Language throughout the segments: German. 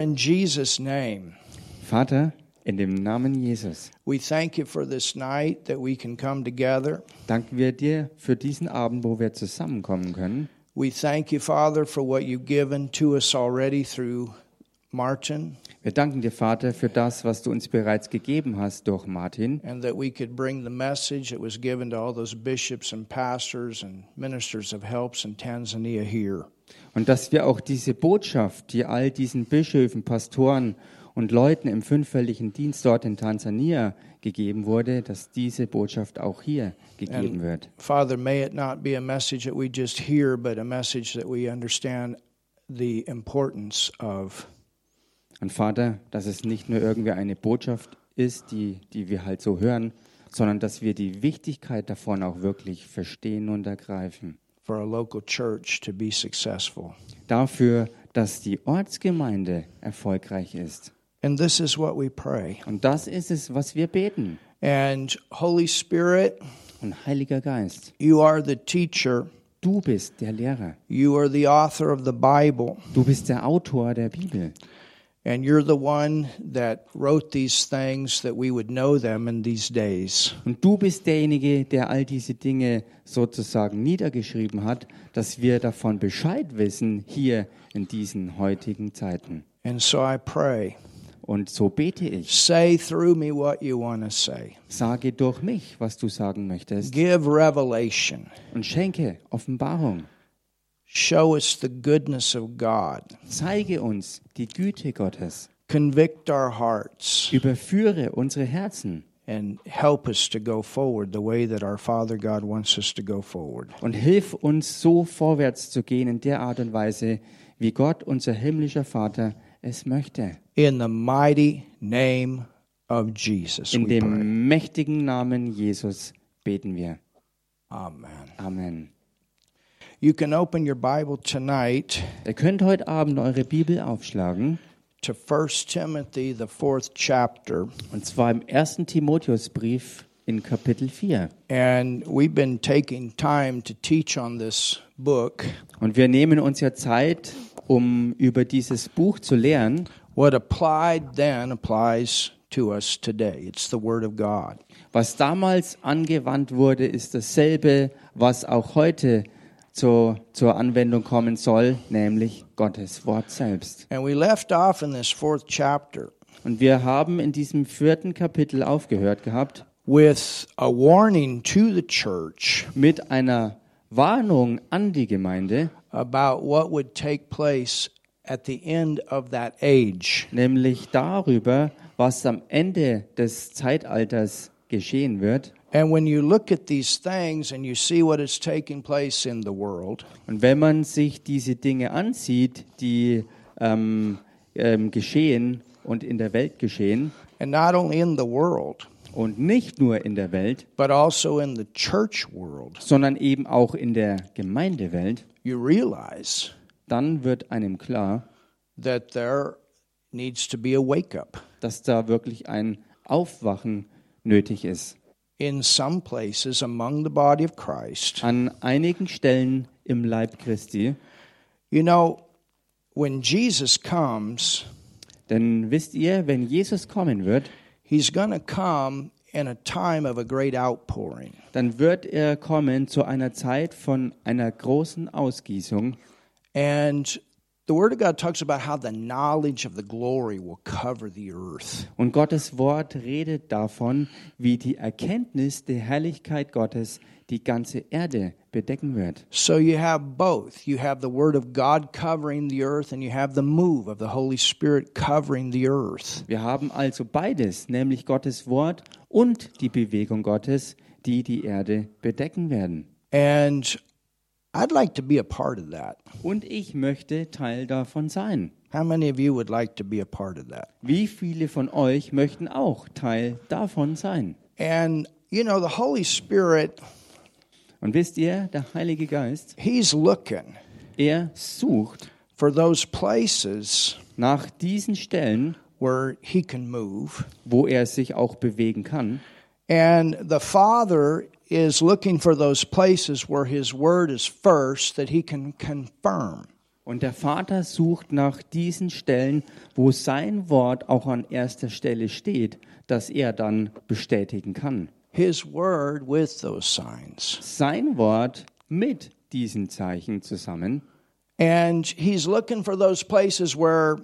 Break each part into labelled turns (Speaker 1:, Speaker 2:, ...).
Speaker 1: In Jesus' name,
Speaker 2: Vater, in dem Namen Jesus
Speaker 1: we thank you for this night that we can come together.
Speaker 2: danken wir dir für diesen Abend, wo wir zusammenkommen können.
Speaker 1: We thank you, Father, for what you've given to us already through Martin,
Speaker 2: Wir danken dir, Vater, für das, was du uns bereits gegeben hast durch Martin
Speaker 1: and that we could bring the message that was given to all those bishops and pastors and ministers of helps in Tanzania here.
Speaker 2: und dass wir auch diese Botschaft, die all diesen Bischöfen, Pastoren und Leuten im fünffälligen Dienst dort in Tansania gegeben wurde, dass diese Botschaft auch hier gegeben wird.
Speaker 1: Father, may it not be a message that we just hear, but a message that we understand the importance of.
Speaker 2: Und Vater, dass es nicht nur irgendwie eine Botschaft ist, die, die wir halt so hören, sondern dass wir die Wichtigkeit davon auch wirklich verstehen und ergreifen.
Speaker 1: for a local church to be successful.
Speaker 2: Dafür, dass die Ortsgemeinde erfolgreich ist.
Speaker 1: And this is what we pray.
Speaker 2: Und das ist es, was wir beten.
Speaker 1: And Holy Spirit,
Speaker 2: Und Heiliger Geist,
Speaker 1: you are the teacher,
Speaker 2: du bist der Lehrer,
Speaker 1: you are the author of the Bible,
Speaker 2: du bist der Autor der Bibel.
Speaker 1: and you're the one that wrote these things that we would know them in these days.
Speaker 2: Und du bist derjenige, der all diese Dinge sozusagen niedergeschrieben hat, dass wir davon Bescheid wissen hier in diesen heutigen Zeiten.
Speaker 1: And so I pray,
Speaker 2: Und so bete ich.
Speaker 1: say through me what you want to say.
Speaker 2: Sage durch mich, was du sagen möchtest,
Speaker 1: Give revelation.
Speaker 2: und schenke Offenbarung.
Speaker 1: Show us the goodness of God.
Speaker 2: Zeige uns die Güte Gottes.
Speaker 1: Convict our hearts.
Speaker 2: Überführe unsere Herzen
Speaker 1: and help us to go forward the way that our Father God wants us to go forward.
Speaker 2: und hilf uns so vorwärts zu gehen in der Art und Weise, wie Gott, unser himmlischer Vater, es möchte.
Speaker 1: In the mighty name of Jesus,
Speaker 2: In
Speaker 1: we pray.
Speaker 2: dem mächtigen Namen Jesus beten wir.
Speaker 1: Amen.
Speaker 2: Amen.
Speaker 1: You can open your Bible tonight
Speaker 2: Ihr könnt heute Abend eure Bibel aufschlagen,
Speaker 1: to 1 Timothy, the fourth chapter.
Speaker 2: und zwar im 1. Timotheusbrief in Kapitel 4.
Speaker 1: And we've been taking time to teach on this book.
Speaker 2: Und wir nehmen uns ja Zeit, um über dieses Buch zu lernen,
Speaker 1: What applied then applies to us today. It's the Word of God.
Speaker 2: was damals angewandt wurde, ist dasselbe, was auch heute zur, zur Anwendung kommen soll, nämlich Gottes Wort selbst.
Speaker 1: And we left off in this fourth chapter
Speaker 2: Und wir haben in diesem vierten Kapitel aufgehört gehabt
Speaker 1: with a warning to the church
Speaker 2: mit einer Warnung an die Gemeinde,
Speaker 1: about what would take place at the end of that age.
Speaker 2: nämlich darüber, was am Ende des Zeitalters geschehen wird.
Speaker 1: And when you look at these things and you see what is taking place in the world,
Speaker 2: Und wenn man sich diese Dinge ansieht, die ähm, ähm, geschehen und in der Welt geschehen
Speaker 1: and not only in the world,
Speaker 2: und nicht nur in der Welt,
Speaker 1: but also in the church world,
Speaker 2: sondern eben auch in der Gemeindewelt,
Speaker 1: you realize
Speaker 2: dann wird einem klar,
Speaker 1: that there needs to be a wake up
Speaker 2: dass da wirklich ein Aufwachen nötig ist.
Speaker 1: in some places among the body of Christ.
Speaker 2: An einigen Stellen im Leib Christi,
Speaker 1: You know, when Jesus comes,
Speaker 2: denn wisst ihr, wenn Jesus kommen wird,
Speaker 1: he's going to come in a time of a great outpouring.
Speaker 2: dann wird er kommen zu einer Zeit von einer großen Ausgießung
Speaker 1: And the Word of God talks about how the knowledge of the glory will cover the earth.
Speaker 2: Und Gottes Wort redet davon, wie die Erkenntnis der Herrlichkeit Gottes die ganze Erde bedecken wird.
Speaker 1: So you have both. You have the Word of God covering the earth, and you have the move of the Holy Spirit covering the earth.
Speaker 2: Wir haben also beides, nämlich Gottes Wort und die Bewegung Gottes, die die Erde bedecken werden.
Speaker 1: And I'd like to be a part of that.
Speaker 2: Und ich möchte Teil davon sein.
Speaker 1: How many of you would like to be a part of that?
Speaker 2: Wie viele von euch möchten auch Teil davon sein?
Speaker 1: And, you know, the Holy Spirit,
Speaker 2: Und wisst ihr, der Heilige Geist,
Speaker 1: He's looking
Speaker 2: er sucht
Speaker 1: for those places
Speaker 2: nach diesen Stellen,
Speaker 1: where He can move.
Speaker 2: wo er sich auch bewegen kann.
Speaker 1: And the Father is looking for those places where His Word is first that He can confirm.
Speaker 2: Und der Vater sucht nach diesen Stellen, wo sein Wort auch an erster Stelle steht, dass er dann bestätigen kann.
Speaker 1: His word with those signs.
Speaker 2: Sein Wort mit diesen Zeichen zusammen.
Speaker 1: And he's looking for those places where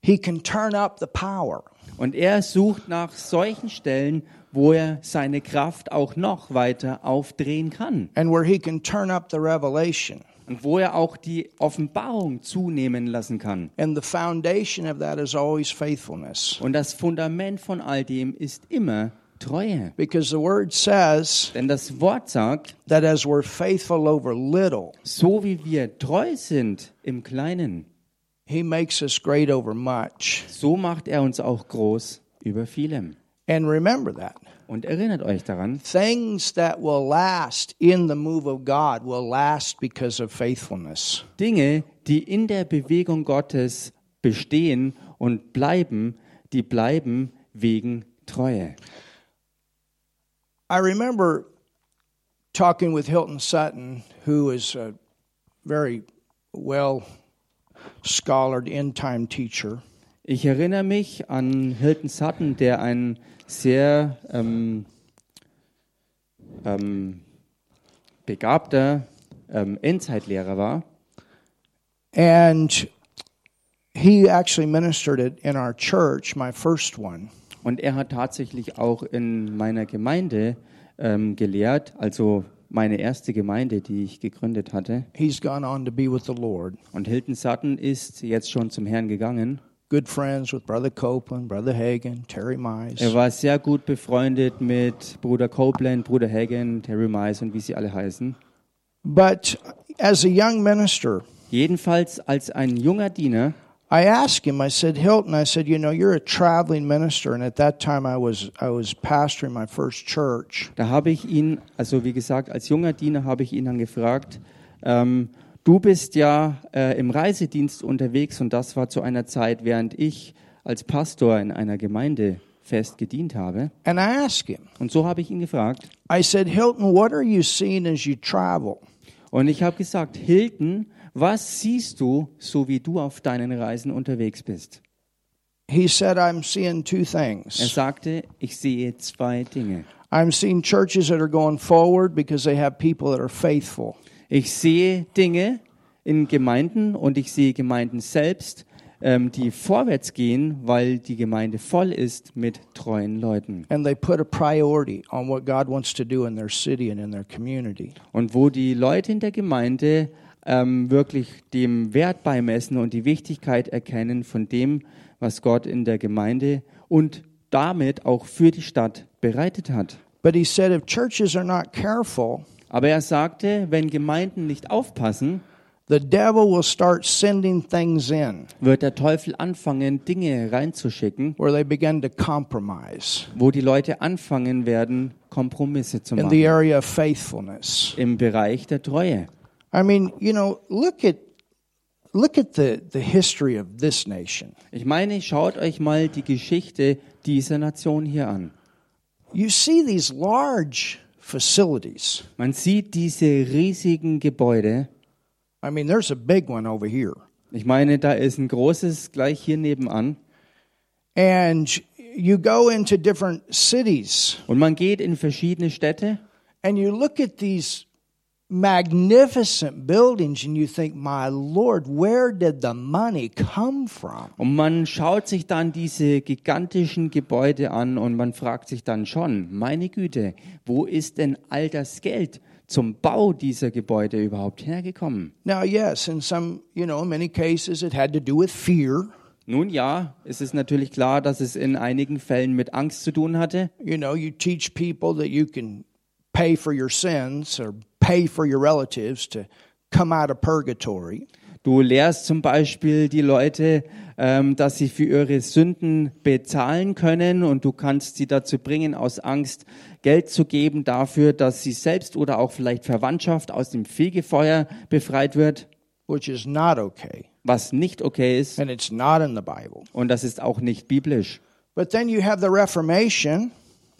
Speaker 1: he can turn up the power.
Speaker 2: Und er sucht nach solchen Stellen, wo er seine Kraft auch noch weiter aufdrehen kann
Speaker 1: and where he can turn up the revelation.
Speaker 2: und wo er auch die Offenbarung zunehmen lassen kann.
Speaker 1: And the foundation of that is always faithfulness.
Speaker 2: Und das Fundament von all dem ist immer Treue.
Speaker 1: Because the word says
Speaker 2: Denn das Wort sagt,
Speaker 1: that as we're faithful over little,
Speaker 2: so wie wir treu sind im Kleinen,
Speaker 1: he makes us great over much.
Speaker 2: so macht er uns auch groß über vielem.
Speaker 1: And remember that.
Speaker 2: Und erinnert euch daran,
Speaker 1: Things that will last in the move of God will last because of faithfulness.
Speaker 2: Dinge, die in der Bewegung Gottes bestehen und bleiben, die bleiben wegen Treue.
Speaker 1: I remember talking with Hilton Sutton, who is a very well scholared end time teacher.
Speaker 2: Ich erinnere mich an Hilton Sutton, der ein sehr ähm, ähm, begabter ähm, Endzeitlehrer war.
Speaker 1: And he actually ministered it in our church, my first one.
Speaker 2: Und er hat tatsächlich auch in meiner Gemeinde ähm, gelehrt, also meine erste Gemeinde, die ich gegründet hatte.
Speaker 1: He's gone on to be with the Lord.
Speaker 2: Und Hilton Sutton ist jetzt schon zum Herrn gegangen.
Speaker 1: Good friends with Brother Copeland, Brother Hagan, Terry
Speaker 2: Er
Speaker 1: Mize.
Speaker 2: war sehr gut befreundet mit Bruder Copeland, Bruder Hagen, Terry Mice und wie sie alle heißen.
Speaker 1: But as a young minister,
Speaker 2: Jedenfalls als ein junger Diener
Speaker 1: I asked him, I said, Hilton, I said, you know, you're a traveling minister. And at that time I was I was pastoring my first church.
Speaker 2: Da habe ich ihn, also wie gesagt, als junger Diener habe ich ihn dann gefragt, ähm, du bist ja äh, im Reisedienst unterwegs und das war zu einer Zeit, während ich als Pastor in einer Gemeinde fest gedient habe.
Speaker 1: And I asked him,
Speaker 2: Und so habe ich ihn gefragt.
Speaker 1: I said, Hilton, what are you seeing as you travel?
Speaker 2: Und ich habe gesagt, Hilton, was siehst du, so wie du auf deinen Reisen unterwegs bist?
Speaker 1: He said, I'm seeing two
Speaker 2: Er
Speaker 1: things.
Speaker 2: sagte, ich sehe zwei Dinge.
Speaker 1: I'm seeing churches that are going forward because they have people that are faithful.
Speaker 2: Ich sehe Dinge in Gemeinden und ich sehe Gemeinden selbst, ähm, die vorwärts gehen, weil die Gemeinde voll ist mit treuen Leuten.
Speaker 1: And they put a priority on what God wants to do in their city and in their community.
Speaker 2: Und wo die Leute in der Gemeinde ähm, wirklich dem Wert beimessen und die Wichtigkeit erkennen von dem, was Gott in der Gemeinde und damit auch für die Stadt bereitet hat.
Speaker 1: But he said, if churches are not careful,
Speaker 2: Aber er sagte, wenn Gemeinden nicht aufpassen,
Speaker 1: the devil will start sending things in
Speaker 2: wird der Teufel anfangen, Dinge reinzuschicken,
Speaker 1: where they begin to compromise
Speaker 2: wo die Leute anfangen werden, Kompromisse zu
Speaker 1: in the
Speaker 2: machen
Speaker 1: area of faithfulness.
Speaker 2: im Bereich der Treue.
Speaker 1: I mean, you know, look at look at the, the history of this nation.
Speaker 2: Ich meine, schaut euch mal die Geschichte dieser Nation hier an.
Speaker 1: you see these large facilities.
Speaker 2: Man sieht diese riesigen Gebäude.
Speaker 1: I mean, there's a big one over here.
Speaker 2: Ich meine, da ist ein großes gleich hier nebenan.
Speaker 1: And you go into different cities
Speaker 2: Und man geht in verschiedene Städte
Speaker 1: and you look at these magnificent buildings and you think, my Lord, where did the money come from?
Speaker 2: und man schaut sich dann diese gigantischen Gebäude an und man fragt sich dann schon, meine Güte, wo ist denn all das Geld zum Bau dieser Gebäude überhaupt hergekommen?
Speaker 1: Now, yes, in some, you know, in many cases it had to do with fear.
Speaker 2: Nun ja, es ist natürlich klar, dass es in einigen Fällen mit Angst zu tun hatte.
Speaker 1: You know, you teach people that you can pay for your sins or pay for your relatives to come out of purgatory.
Speaker 2: Du lehrst zum Beispiel die Leute, ähm, dass sie für ihre Sünden bezahlen können und du kannst sie dazu bringen, aus Angst Geld zu geben dafür, dass sie selbst oder auch vielleicht Verwandtschaft aus dem Fegefeuer befreit wird,
Speaker 1: which is not okay,
Speaker 2: was nicht okay ist
Speaker 1: and it's not in the Bible.
Speaker 2: und das ist auch nicht biblisch.
Speaker 1: But then you have the Reformation,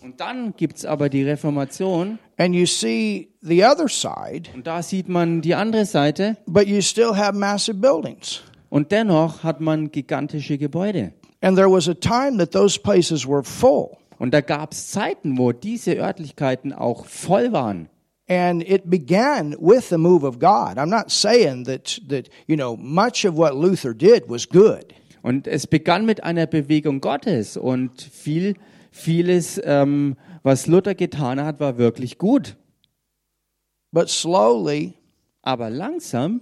Speaker 2: Und dann gibt es aber die Reformation
Speaker 1: And you see the other side,
Speaker 2: und da sieht man die andere Seite
Speaker 1: but you still have massive buildings.
Speaker 2: und dennoch hat man gigantische Gebäude.
Speaker 1: And there was a time that those places were full.
Speaker 2: Und da gab es Zeiten, wo diese Örtlichkeiten auch voll waren.
Speaker 1: And it began with the move of God. I'm not saying that, that, you know, much of what Luther did was good.
Speaker 2: Und es begann mit einer Bewegung Gottes und viel, vieles, ähm, was Luther getan hat, war wirklich gut.
Speaker 1: But slowly,
Speaker 2: Aber langsam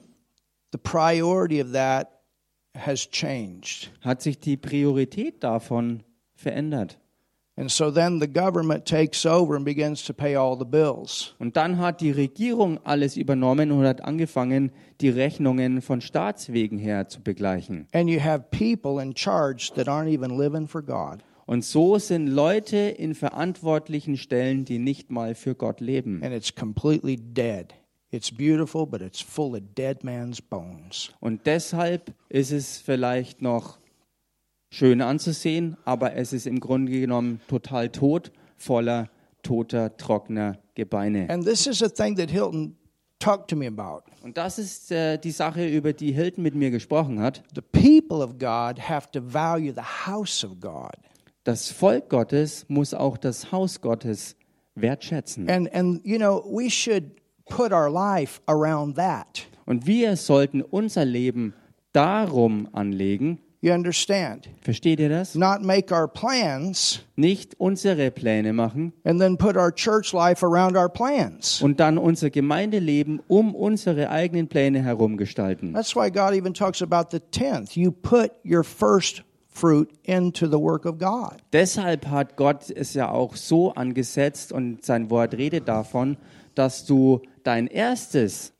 Speaker 1: the priority of that has changed.
Speaker 2: hat sich die Priorität davon verändert.
Speaker 1: And so then the government takes over and begins to pay all the bills.
Speaker 2: Und dann hat die Regierung alles übernommen und hat angefangen, die Rechnungen von Staatswegen her zu begleichen.
Speaker 1: And you have people in charge that aren't even living for God.
Speaker 2: Und so sind Leute in verantwortlichen Stellen, die nicht mal für Gott leben.
Speaker 1: And it's completely dead. It's beautiful, but it's full of dead man's bones.
Speaker 2: Und deshalb ist es vielleicht noch schön anzusehen, aber es ist im Grunde genommen total tot, voller toter, trockener Gebeine.
Speaker 1: And this is a thing that Hilton talked to me about.
Speaker 2: Und das ist äh, die Sache, über die Hilton mit mir gesprochen hat.
Speaker 1: The people of God have to value the house of God.
Speaker 2: Das Volk Gottes muss auch das Haus Gottes wertschätzen.
Speaker 1: And and you know, we should put our life around that.
Speaker 2: Und wir sollten unser Leben darum anlegen.
Speaker 1: You understand?
Speaker 2: Versteht ihr das?
Speaker 1: Not make our plans
Speaker 2: Nicht unsere Pläne machen
Speaker 1: and then put our church life around our plans.
Speaker 2: und dann unser Gemeindeleben um unsere eigenen Pläne herum gestalten.
Speaker 1: That's why God even talks about the 10th. You put your first fruit into the work of God.
Speaker 2: Deshalb hat Gott es ja auch so angesetzt und sein Wort redet davon, dass du dein erstes,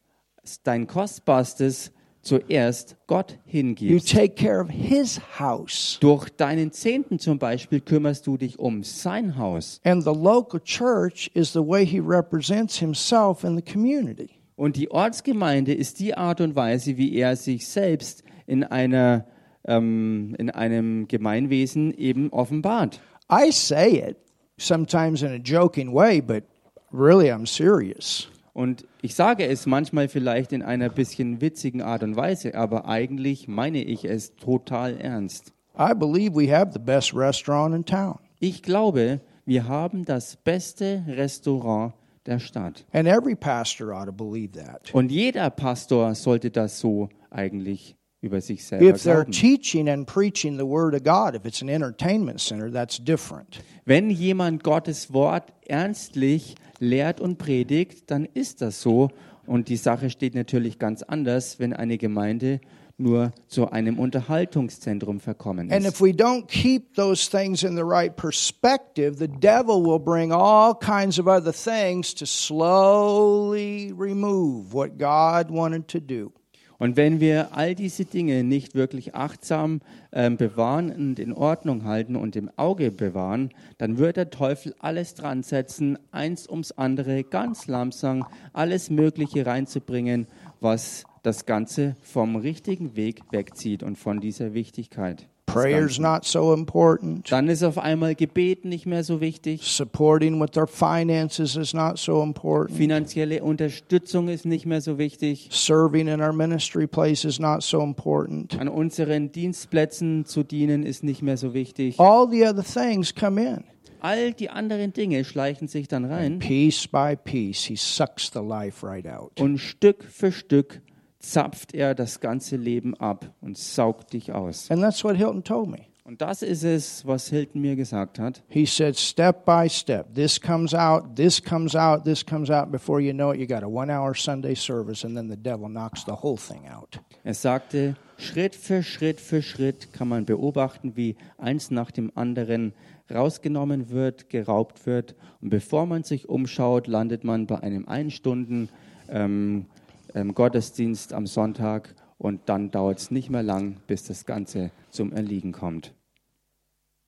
Speaker 2: dein kostbarstes zuerst Gott
Speaker 1: You
Speaker 2: hingibst.
Speaker 1: take care of his house.
Speaker 2: Durch deinen Zehnten zum Beispiel kümmerst du dich um sein Haus.
Speaker 1: And the local church is the way he represents himself in the community.
Speaker 2: Und die Ortsgemeinde ist die Art und Weise, wie er sich selbst in, einer, ähm, in einem Gemeinwesen eben offenbart.
Speaker 1: I say it sometimes in a joking way, but really I'm serious.
Speaker 2: Und ich sage es manchmal vielleicht in einer bisschen witzigen Art und Weise, aber eigentlich meine ich es total ernst.
Speaker 1: I believe we have the best restaurant in town.
Speaker 2: Ich glaube, wir haben das beste Restaurant der Stadt.
Speaker 1: And every pastor ought to believe that.
Speaker 2: Und jeder Pastor sollte das so eigentlich über sich selber
Speaker 1: If they're
Speaker 2: glauben.
Speaker 1: teaching and preaching the Word of God, if it's an entertainment center, that's different.
Speaker 2: Wenn jemand Gottes Wort ernstlich lehrt und predigt, dann ist das so. Und die Sache steht natürlich ganz anders, wenn eine Gemeinde nur zu einem Unterhaltungszentrum verkommen
Speaker 1: And
Speaker 2: ist.
Speaker 1: if we don't keep those things in the right perspective, the devil will bring all kinds of other things to slowly remove what God wanted to do.
Speaker 2: Und wenn wir all diese Dinge nicht wirklich achtsam ähm, bewahren und in Ordnung halten und im Auge bewahren, dann wird der Teufel alles dran setzen, eins ums andere, ganz langsam, alles Mögliche reinzubringen, was das Ganze vom richtigen Weg wegzieht und von dieser Wichtigkeit. des
Speaker 1: Prayer's
Speaker 2: Ganzen.
Speaker 1: not so important.
Speaker 2: Dann ist auf einmal Gebet nicht mehr so wichtig,
Speaker 1: Supporting with their finances is not so important.
Speaker 2: finanzielle Unterstützung ist nicht mehr so wichtig.
Speaker 1: Serving in our ministry place is not so important.
Speaker 2: An unseren Dienstplätzen zu dienen ist nicht mehr so wichtig.
Speaker 1: All the other things come in.
Speaker 2: All die anderen Dinge schleichen sich dann rein
Speaker 1: Piece by piece, he sucks the life right out.
Speaker 2: und Stück für Stück zapft er das ganze Leben ab und saugt dich aus.
Speaker 1: And that's what Hilton told me.
Speaker 2: Und das ist es, was Hilton mir gesagt hat.
Speaker 1: He said, step by step, this comes out, this comes out, this comes out. Before you know it, you got a one hour Sunday service, and then the devil knocks the whole thing out.
Speaker 2: Er sagte, Schritt für Schritt für Schritt kann man beobachten, wie eins nach dem anderen rausgenommen wird, geraubt wird. Und bevor man sich umschaut, landet man bei einem Einstunden ähm, ähm, Gottesdienst am Sonntag und dann dauert es nicht mehr lang, bis das Ganze zum Erliegen kommt.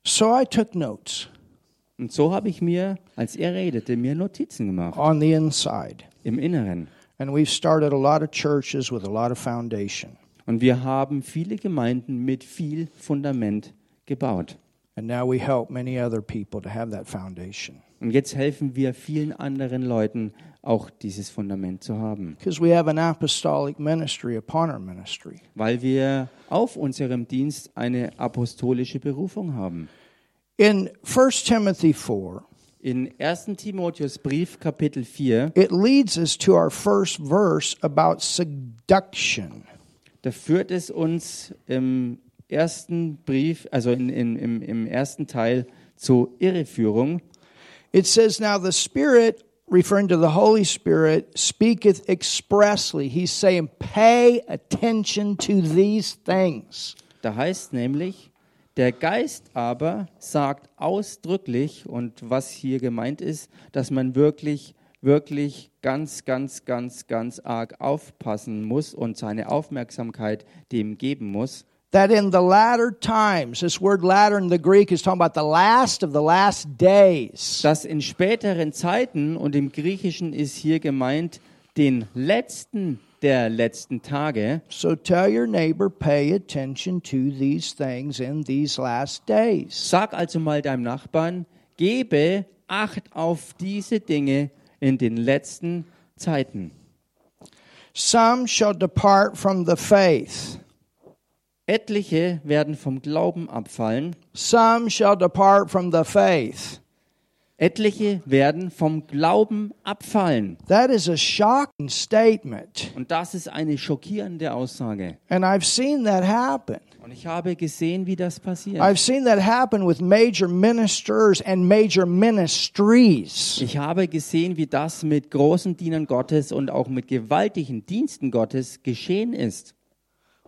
Speaker 1: So I took notes
Speaker 2: Und so habe ich mir, als er redete, mir Notizen gemacht
Speaker 1: on the inside.
Speaker 2: im Inneren.
Speaker 1: And we've started a lot of churches with a lot of foundation.
Speaker 2: Und wir haben viele Gemeinden mit viel Fundament gebaut.
Speaker 1: And now we help many other people to have that foundation
Speaker 2: Und jetzt helfen wir vielen anderen Leuten auch dieses Fundament zu haben,
Speaker 1: because we have an apostolic ministry upon our ministry.
Speaker 2: weil wir auf unserem Dienst eine apostolische Berufung haben.
Speaker 1: In 1 Timothy 4,
Speaker 2: In 1. Timotheus Brief Kapitel 4,
Speaker 1: it leads us to our first verse about seduction.
Speaker 2: da führt es uns im ersten Brief, also in, in, im, im ersten Teil zu Irreführung.
Speaker 1: It says, Now the Spirit, referring to the Holy Spirit, speaketh expressly. He's saying, Pay attention to these things.
Speaker 2: Da heißt nämlich, der Geist aber sagt ausdrücklich, und was hier gemeint ist, dass man wirklich, wirklich ganz, ganz, ganz, ganz arg aufpassen muss und seine Aufmerksamkeit dem geben muss,
Speaker 1: That in the latter times, this word latter in the Greek is talking about the last of the last days.
Speaker 2: dass in späteren Zeiten, und im Griechischen ist hier gemeint, den letzten der letzten Tage,
Speaker 1: So tell your neighbor, pay attention to these things in these last days.
Speaker 2: Sag also mal deinem Nachbarn, gebe Acht auf diese Dinge in den letzten Zeiten.
Speaker 1: Some shall depart from the faith.
Speaker 2: Etliche werden vom Glauben abfallen,
Speaker 1: Some shall depart from the faith.
Speaker 2: etliche werden vom Glauben abfallen.
Speaker 1: That is a shocking statement.
Speaker 2: Und das ist eine schockierende Aussage.
Speaker 1: And I've seen that happen.
Speaker 2: Und ich habe gesehen, wie das passiert.
Speaker 1: I've seen that happen with major ministers and major ministries.
Speaker 2: Ich habe gesehen, wie das mit großen Dienern Gottes und auch mit gewaltigen Diensten Gottes geschehen ist,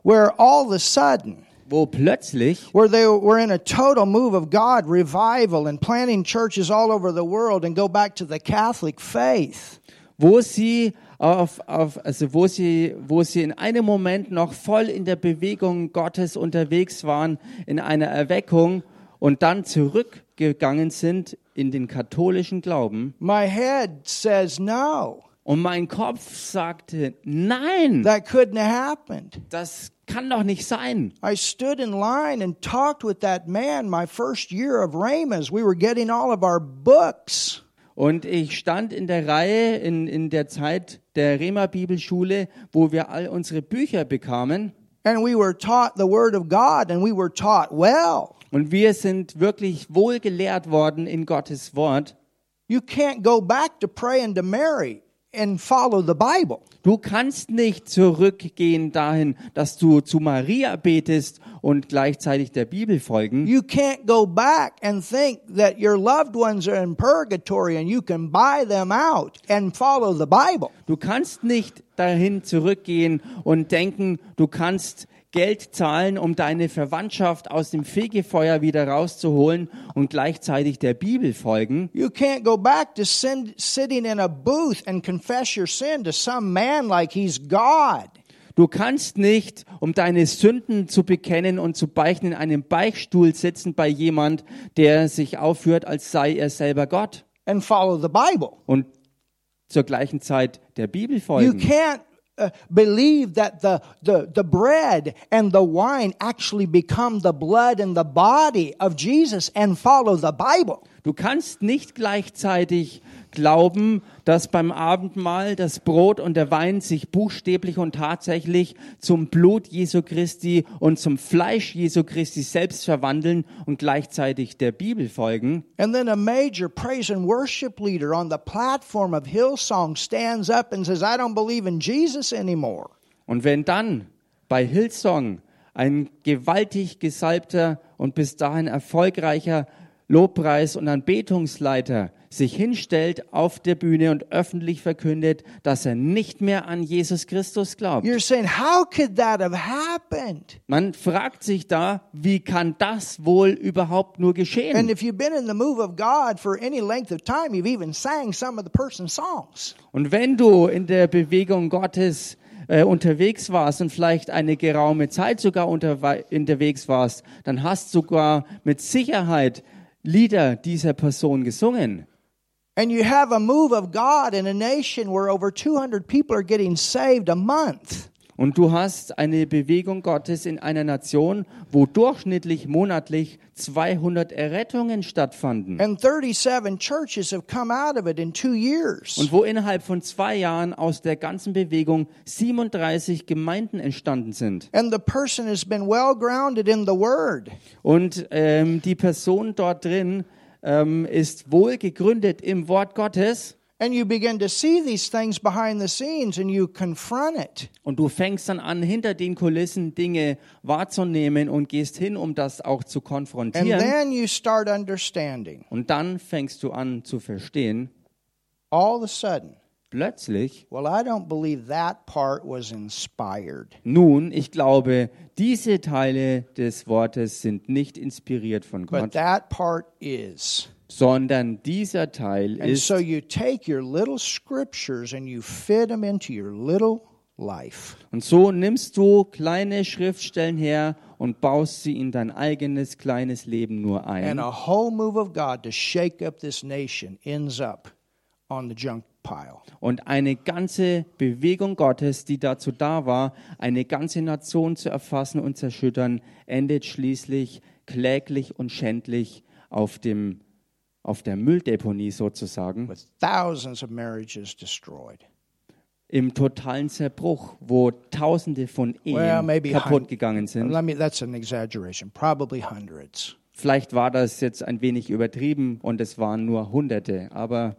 Speaker 1: where all of a sudden,
Speaker 2: wo plötzlich
Speaker 1: where they were in a total move of God, revival, and planting churches all over the world and go back to the Catholic faith.
Speaker 2: wo sie auf, auf also wo sie wo sie in einem Moment noch voll in der Bewegung Gottes unterwegs waren in einer Erweckung und dann zurückgegangen sind in den katholischen Glauben
Speaker 1: My head says no,
Speaker 2: und mein Kopf sagte nein
Speaker 1: that couldn't have happened.
Speaker 2: das kann doch nicht sein
Speaker 1: I stood in line and talked with that man my first year of Ramas. We were getting all of our books.
Speaker 2: und ich stand in der Reihe in, in der Zeit der Rema Bibelschule wo wir all unsere Bücher bekamen
Speaker 1: And we were taught the Word of God, and we were taught well.
Speaker 2: und wir sind wirklich wohl gelehrt worden in Gottes Wort
Speaker 1: You can't go back to praying to Mary and follow the Bible.
Speaker 2: Du kannst nicht zurückgehen dahin, dass du zu Maria betest und gleichzeitig der Bibel folgen.
Speaker 1: You can't go back and think that your loved ones are in purgatory and you can buy them out and follow the Bible.
Speaker 2: Du kannst nicht dahin zurückgehen und denken, du kannst Geld zahlen, um deine Verwandtschaft aus dem Fegefeuer wieder rauszuholen und gleichzeitig der Bibel folgen.
Speaker 1: You can't go back to sin, sitting in a booth and confess your sin to some man like he's God.
Speaker 2: Du kannst nicht, um deine Sünden zu bekennen und zu beichten, in einem Beichtstuhl sitzen bei jemand, der sich aufführt, als sei er selber Gott.
Speaker 1: and follow the Bible.
Speaker 2: und zur gleichen Zeit der Bibel
Speaker 1: You
Speaker 2: folgen.
Speaker 1: can't uh, believe that the, the, the bread and the wine actually become the blood and the body of Jesus and follow the Bible.
Speaker 2: Du kannst nicht gleichzeitig glauben, dass beim Abendmahl das Brot und der Wein sich buchstäblich und tatsächlich zum Blut Jesu Christi und zum Fleisch Jesu Christi selbst verwandeln und gleichzeitig der Bibel folgen.
Speaker 1: And then a major praise and worship leader on the platform of Hillsong stands up and says, I don't believe in Jesus anymore.
Speaker 2: Und wenn dann bei Hillsong ein gewaltig gesalbter und bis dahin erfolgreicher Lobpreis- und Anbetungsleiter sich hinstellt auf der Bühne und öffentlich verkündet, dass er nicht mehr an Jesus Christus glaubt.
Speaker 1: You're saying, How could that have happened?
Speaker 2: Man fragt sich da, wie kann das wohl überhaupt nur
Speaker 1: And
Speaker 2: geschehen?
Speaker 1: if you've been in the move of God for any length of time, you've even sang some of the person's songs.
Speaker 2: Und wenn du in der Bewegung Gottes äh, unterwegs warst und vielleicht eine geraume Zeit sogar unterwe- unterwegs warst, dann hast sogar mit Sicherheit Lieder dieser Person gesungen.
Speaker 1: And you have a move of God in a nation where over 200 people are getting saved a month.
Speaker 2: Und du hast eine Bewegung Gottes in einer Nation, wo durchschnittlich monatlich 200 Errettungen stattfanden
Speaker 1: And 37 churches have come out of it in two years.
Speaker 2: und wo innerhalb von zwei Jahren aus der ganzen Bewegung 37 Gemeinden entstanden sind.
Speaker 1: And the person has been well grounded in the Word.
Speaker 2: Und ähm, die Person dort drin ähm, ist wohl gegründet im Wort Gottes
Speaker 1: And you begin to see these things behind the scenes and you confront it.
Speaker 2: und du fängst dann an, hinter den Kulissen Dinge wahrzunehmen und gehst hin, um das auch zu
Speaker 1: And
Speaker 2: konfrontieren.
Speaker 1: then you start understanding.
Speaker 2: Und dann fängst du an zu verstehen,
Speaker 1: All of a sudden,
Speaker 2: plötzlich,
Speaker 1: well, I don't believe that part was inspired.
Speaker 2: nun, ich glaube, diese Teile des Wortes sind nicht inspiriert von
Speaker 1: But
Speaker 2: Gott,
Speaker 1: that part is.
Speaker 2: sondern dieser Teil
Speaker 1: And
Speaker 2: ist
Speaker 1: so you take your little scriptures and you fit them into your little life.
Speaker 2: Und so nimmst du kleine Schriftstellen her und baust sie in dein eigenes kleines Leben nur
Speaker 1: And
Speaker 2: ein.
Speaker 1: a whole move of God to shake up this nation ends up on the junk pile.
Speaker 2: Und eine ganze Bewegung Gottes, die dazu da war, eine ganze Nation zu erfassen und zu erschüttern, endet schließlich kläglich und schändlich auf, dem, auf der Mülldeponie sozusagen,
Speaker 1: with thousands of marriages destroyed.
Speaker 2: im totalen Zerbruch, wo Tausende von
Speaker 1: Well,
Speaker 2: Ehen
Speaker 1: maybe
Speaker 2: kaputt
Speaker 1: hun-
Speaker 2: gegangen sind.
Speaker 1: Let me, that's an exaggeration, probably hundreds.
Speaker 2: Vielleicht war das jetzt ein wenig übertrieben und es waren nur Hunderte, aber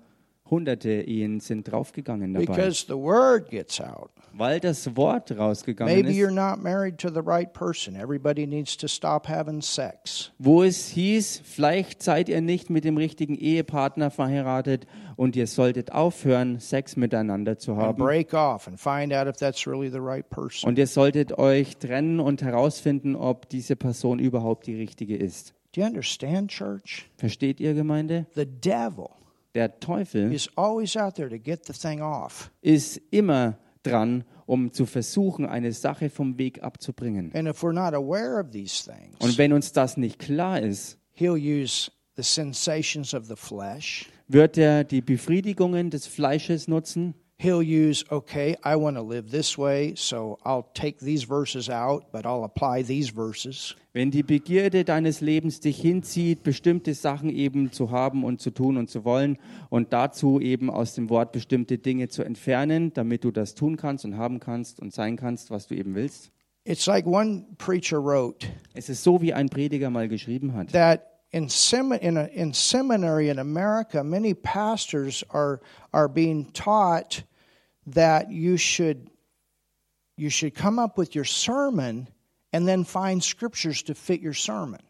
Speaker 2: Hunderte Ehen sind draufgegangen dabei,
Speaker 1: Because the word gets out.
Speaker 2: weil das Wort rausgegangen
Speaker 1: Maybe you're
Speaker 2: ist,
Speaker 1: not married to the right person. Everybody needs to stop having sex.
Speaker 2: wo es hieß, vielleicht seid ihr nicht mit dem richtigen Ehepartner verheiratet und ihr solltet aufhören, Sex miteinander zu
Speaker 1: And
Speaker 2: haben.
Speaker 1: break off and find out if that's really the right person.
Speaker 2: Und ihr solltet euch trennen und herausfinden, ob diese Person überhaupt die richtige ist.
Speaker 1: Do you understand, church?
Speaker 2: Versteht ihr, Gemeinde?
Speaker 1: The devil
Speaker 2: Der Teufel
Speaker 1: is always out there to get the thing off.
Speaker 2: ist immer dran, um zu versuchen, eine Sache vom Weg abzubringen.
Speaker 1: And if we're not aware of these
Speaker 2: Und
Speaker 1: things,
Speaker 2: wenn uns das nicht klar ist,
Speaker 1: he'll use the sensations of the flesh.
Speaker 2: wird er die Befriedigungen des Fleisches nutzen.
Speaker 1: He'll use, okay, I want to live this way, so I'll take these verses out, but I'll apply these verses.
Speaker 2: Wenn die Begierde deines Lebens dich hinzieht, bestimmte Sachen eben zu haben und zu tun und zu wollen und dazu eben aus dem Wort bestimmte Dinge zu entfernen, damit du das tun kannst und haben kannst und sein kannst, was du eben willst.
Speaker 1: It's like one preacher wrote
Speaker 2: Es ist so, wie ein Prediger mal geschrieben hat.
Speaker 1: that in, semi- in, a, in seminary in America, many pastors are, are being taught that you should, you should come up with your sermon and then find scriptures to fit your sermon.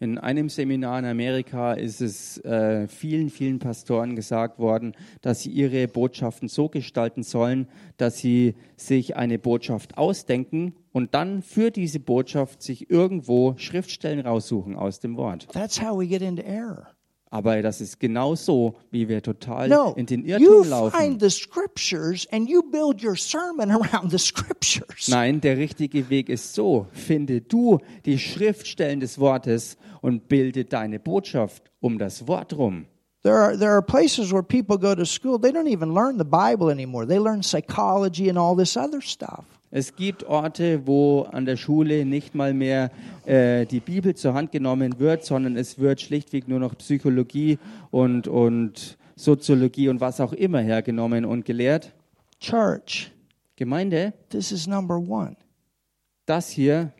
Speaker 2: In einem Seminar in Amerika ist es äh, vielen, vielen Pastoren gesagt worden, dass sie ihre Botschaften so gestalten sollen, dass sie sich eine Botschaft ausdenken und dann für diese Botschaft sich irgendwo Schriftstellen raussuchen aus dem Wort.
Speaker 1: That's how we get into error.
Speaker 2: Aber das ist genau so, wie wir total
Speaker 1: No,
Speaker 2: in den
Speaker 1: you
Speaker 2: Irrtum laufen.
Speaker 1: find the scriptures and you build your sermon around the scriptures.
Speaker 2: Nein, der richtige Weg ist so. Finde du die Schriftstellen des Wortes und bilde deine Botschaft um das Wort rum.
Speaker 1: There are there are places where people go to school, they don't even learn the Bible anymore. They learn psychology and all this other stuff.
Speaker 2: Es gibt Orte, wo an der Schule nicht mal mehr äh, die Bibel zur Hand genommen wird, sondern es wird schlichtweg nur noch Psychologie und, und Soziologie und was auch immer hergenommen und gelehrt.
Speaker 1: Church,
Speaker 2: Gemeinde,
Speaker 1: this is number 1.
Speaker 2: das hier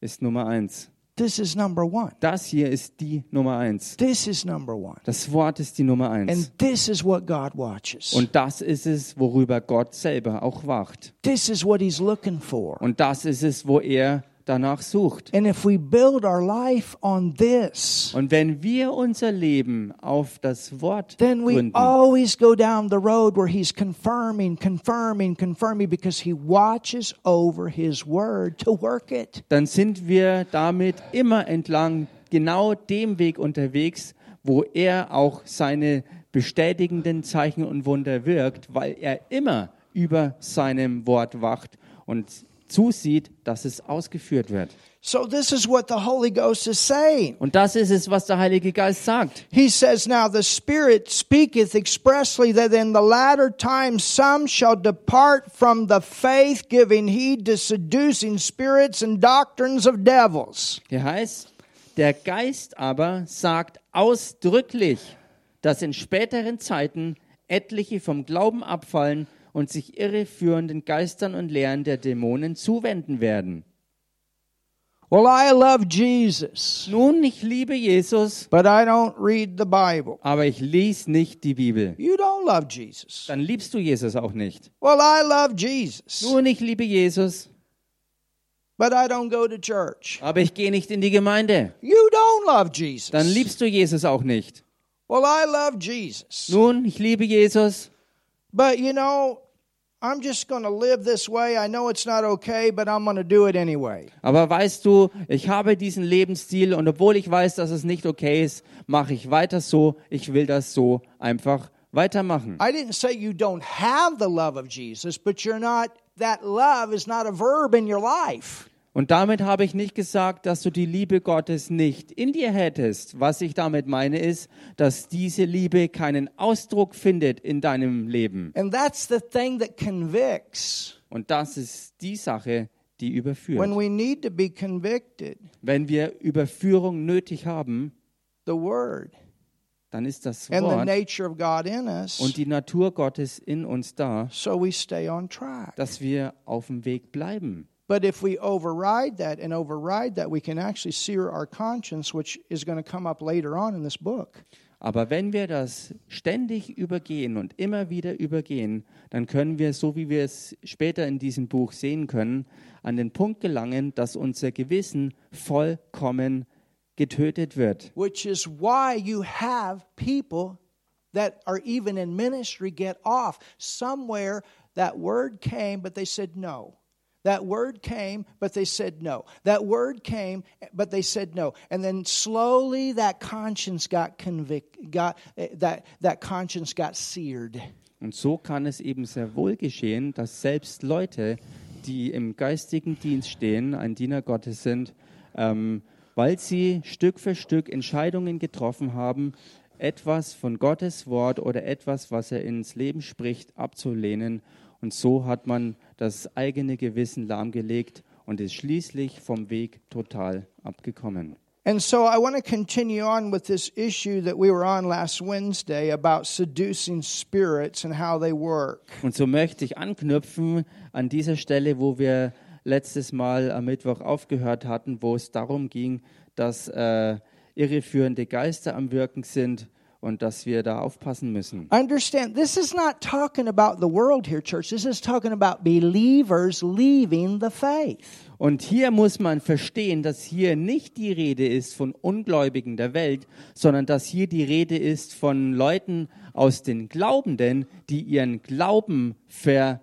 Speaker 2: ist Nummer eins.
Speaker 1: This is number 1.
Speaker 2: Das hier ist die Nummer eins.
Speaker 1: This is number 1.
Speaker 2: Das Wort ist die Nummer
Speaker 1: And
Speaker 2: eins.
Speaker 1: this is what God watches.
Speaker 2: Und das ist es, worüber Gott selber auch wacht.
Speaker 1: This is what he's looking for.
Speaker 2: Und das ist es, wo er danach sucht.
Speaker 1: And if we build our life on this,
Speaker 2: Und wenn wir unser Leben auf das Wort
Speaker 1: then we
Speaker 2: gründen,
Speaker 1: always go down the road where he's confirming, confirming, confirming because he watches over his word to work it.
Speaker 2: dann sind wir damit immer entlang genau dem Weg unterwegs, wo er auch seine bestätigenden Zeichen und Wunder wirkt, weil er immer über seinem Wort wacht und zusieht, dass es ausgeführt wird.
Speaker 1: So, this is what the Holy Ghost is saying.
Speaker 2: Und das ist es, was der Heilige Geist sagt.
Speaker 1: He says, Now the Spirit speaketh expressly that in the latter time some shall depart from the faith, giving heed to seducing spirits and doctrines of devils.
Speaker 2: Hier heißt, der Geist aber sagt ausdrücklich, dass in späteren Zeiten etliche vom Glauben abfallen und sich irreführenden Geistern und Lehren der Dämonen zuwenden werden.
Speaker 1: Well, I love Jesus,
Speaker 2: Nun, ich liebe Jesus,
Speaker 1: but I don't read the Bible.
Speaker 2: aber ich lese nicht die Bibel.
Speaker 1: You don't love Jesus.
Speaker 2: Dann liebst du Jesus auch nicht.
Speaker 1: Well, I love Jesus,
Speaker 2: Nun, ich liebe Jesus,
Speaker 1: but I don't go to church.
Speaker 2: aber ich gehe nicht in die Gemeinde.
Speaker 1: You don't love
Speaker 2: Dann
Speaker 1: Jesus.
Speaker 2: liebst du Jesus auch nicht.
Speaker 1: Well, I love Jesus.
Speaker 2: Nun, ich liebe Jesus,
Speaker 1: But you know, I'm just going to live this way. I know it's not okay, but I'm going to do it anyway.
Speaker 2: aber weißt du, ich habe diesen Lebensstil und obwohl ich weiß, dass es nicht okay ist, mache ich weiter so. Ich will das so einfach weitermachen.
Speaker 1: I didn't say you don't have the love of Jesus, but you're not, that love is not a verb in your life.
Speaker 2: Und damit habe ich nicht gesagt, dass du die Liebe Gottes nicht in dir hättest. Was ich damit meine ist, dass diese Liebe keinen Ausdruck findet in deinem Leben.
Speaker 1: And that's the thing that convicts
Speaker 2: Und das ist die Sache, die
Speaker 1: when
Speaker 2: überführt.
Speaker 1: we need to be convicted.
Speaker 2: Wenn wir Überführung nötig haben,
Speaker 1: The Word
Speaker 2: dann ist das
Speaker 1: and the
Speaker 2: Wort
Speaker 1: nature of God in us,
Speaker 2: und die Natur Gottes in uns da,
Speaker 1: so we stay on track.
Speaker 2: dass wir auf dem Weg bleiben.
Speaker 1: But if we override that and override that, we can actually sear our conscience, which is going to come up later on in this book.
Speaker 2: Aber wenn wir das ständig übergehen und immer wieder übergehen, dann können wir, so wie wir es später in diesem Buch sehen können, an den Punkt gelangen, dass unser Gewissen vollkommen getötet wird.
Speaker 1: which is why you have people that are even in ministry get off. Somewhere that word came, but they said no. That word came, but they said no. That word came, but they said no. And then slowly that conscience got convict, got eh, that that conscience got seared.
Speaker 2: Und so kann es eben sehr wohl geschehen, dass selbst Leute, die im geistigen Dienst stehen, ein Diener Gottes sind, ähm, weil sie Stück für Stück Entscheidungen getroffen haben, etwas von Gottes Wort oder etwas, was er ins Leben spricht, abzulehnen. Und so hat man das eigene Gewissen lahmgelegt und ist schließlich vom Weg total abgekommen.
Speaker 1: And so I want to continue on with this issue that we were on last Wednesday about seducing spirits and how they work.
Speaker 2: Und so möchte ich anknüpfen an dieser Stelle, wo wir letztes Mal am Mittwoch aufgehört hatten, wo es darum ging, dass äh, irreführende Geister am Wirken sind und dass wir da aufpassen müssen.
Speaker 1: Understand, this is not talking about the world here, church. This is talking about believers leaving the faith.
Speaker 2: Und hier muss man verstehen, dass hier nicht die Rede ist von Ungläubigen der Welt, sondern dass hier die Rede ist von Leuten aus den Glaubenden, die ihren Glauben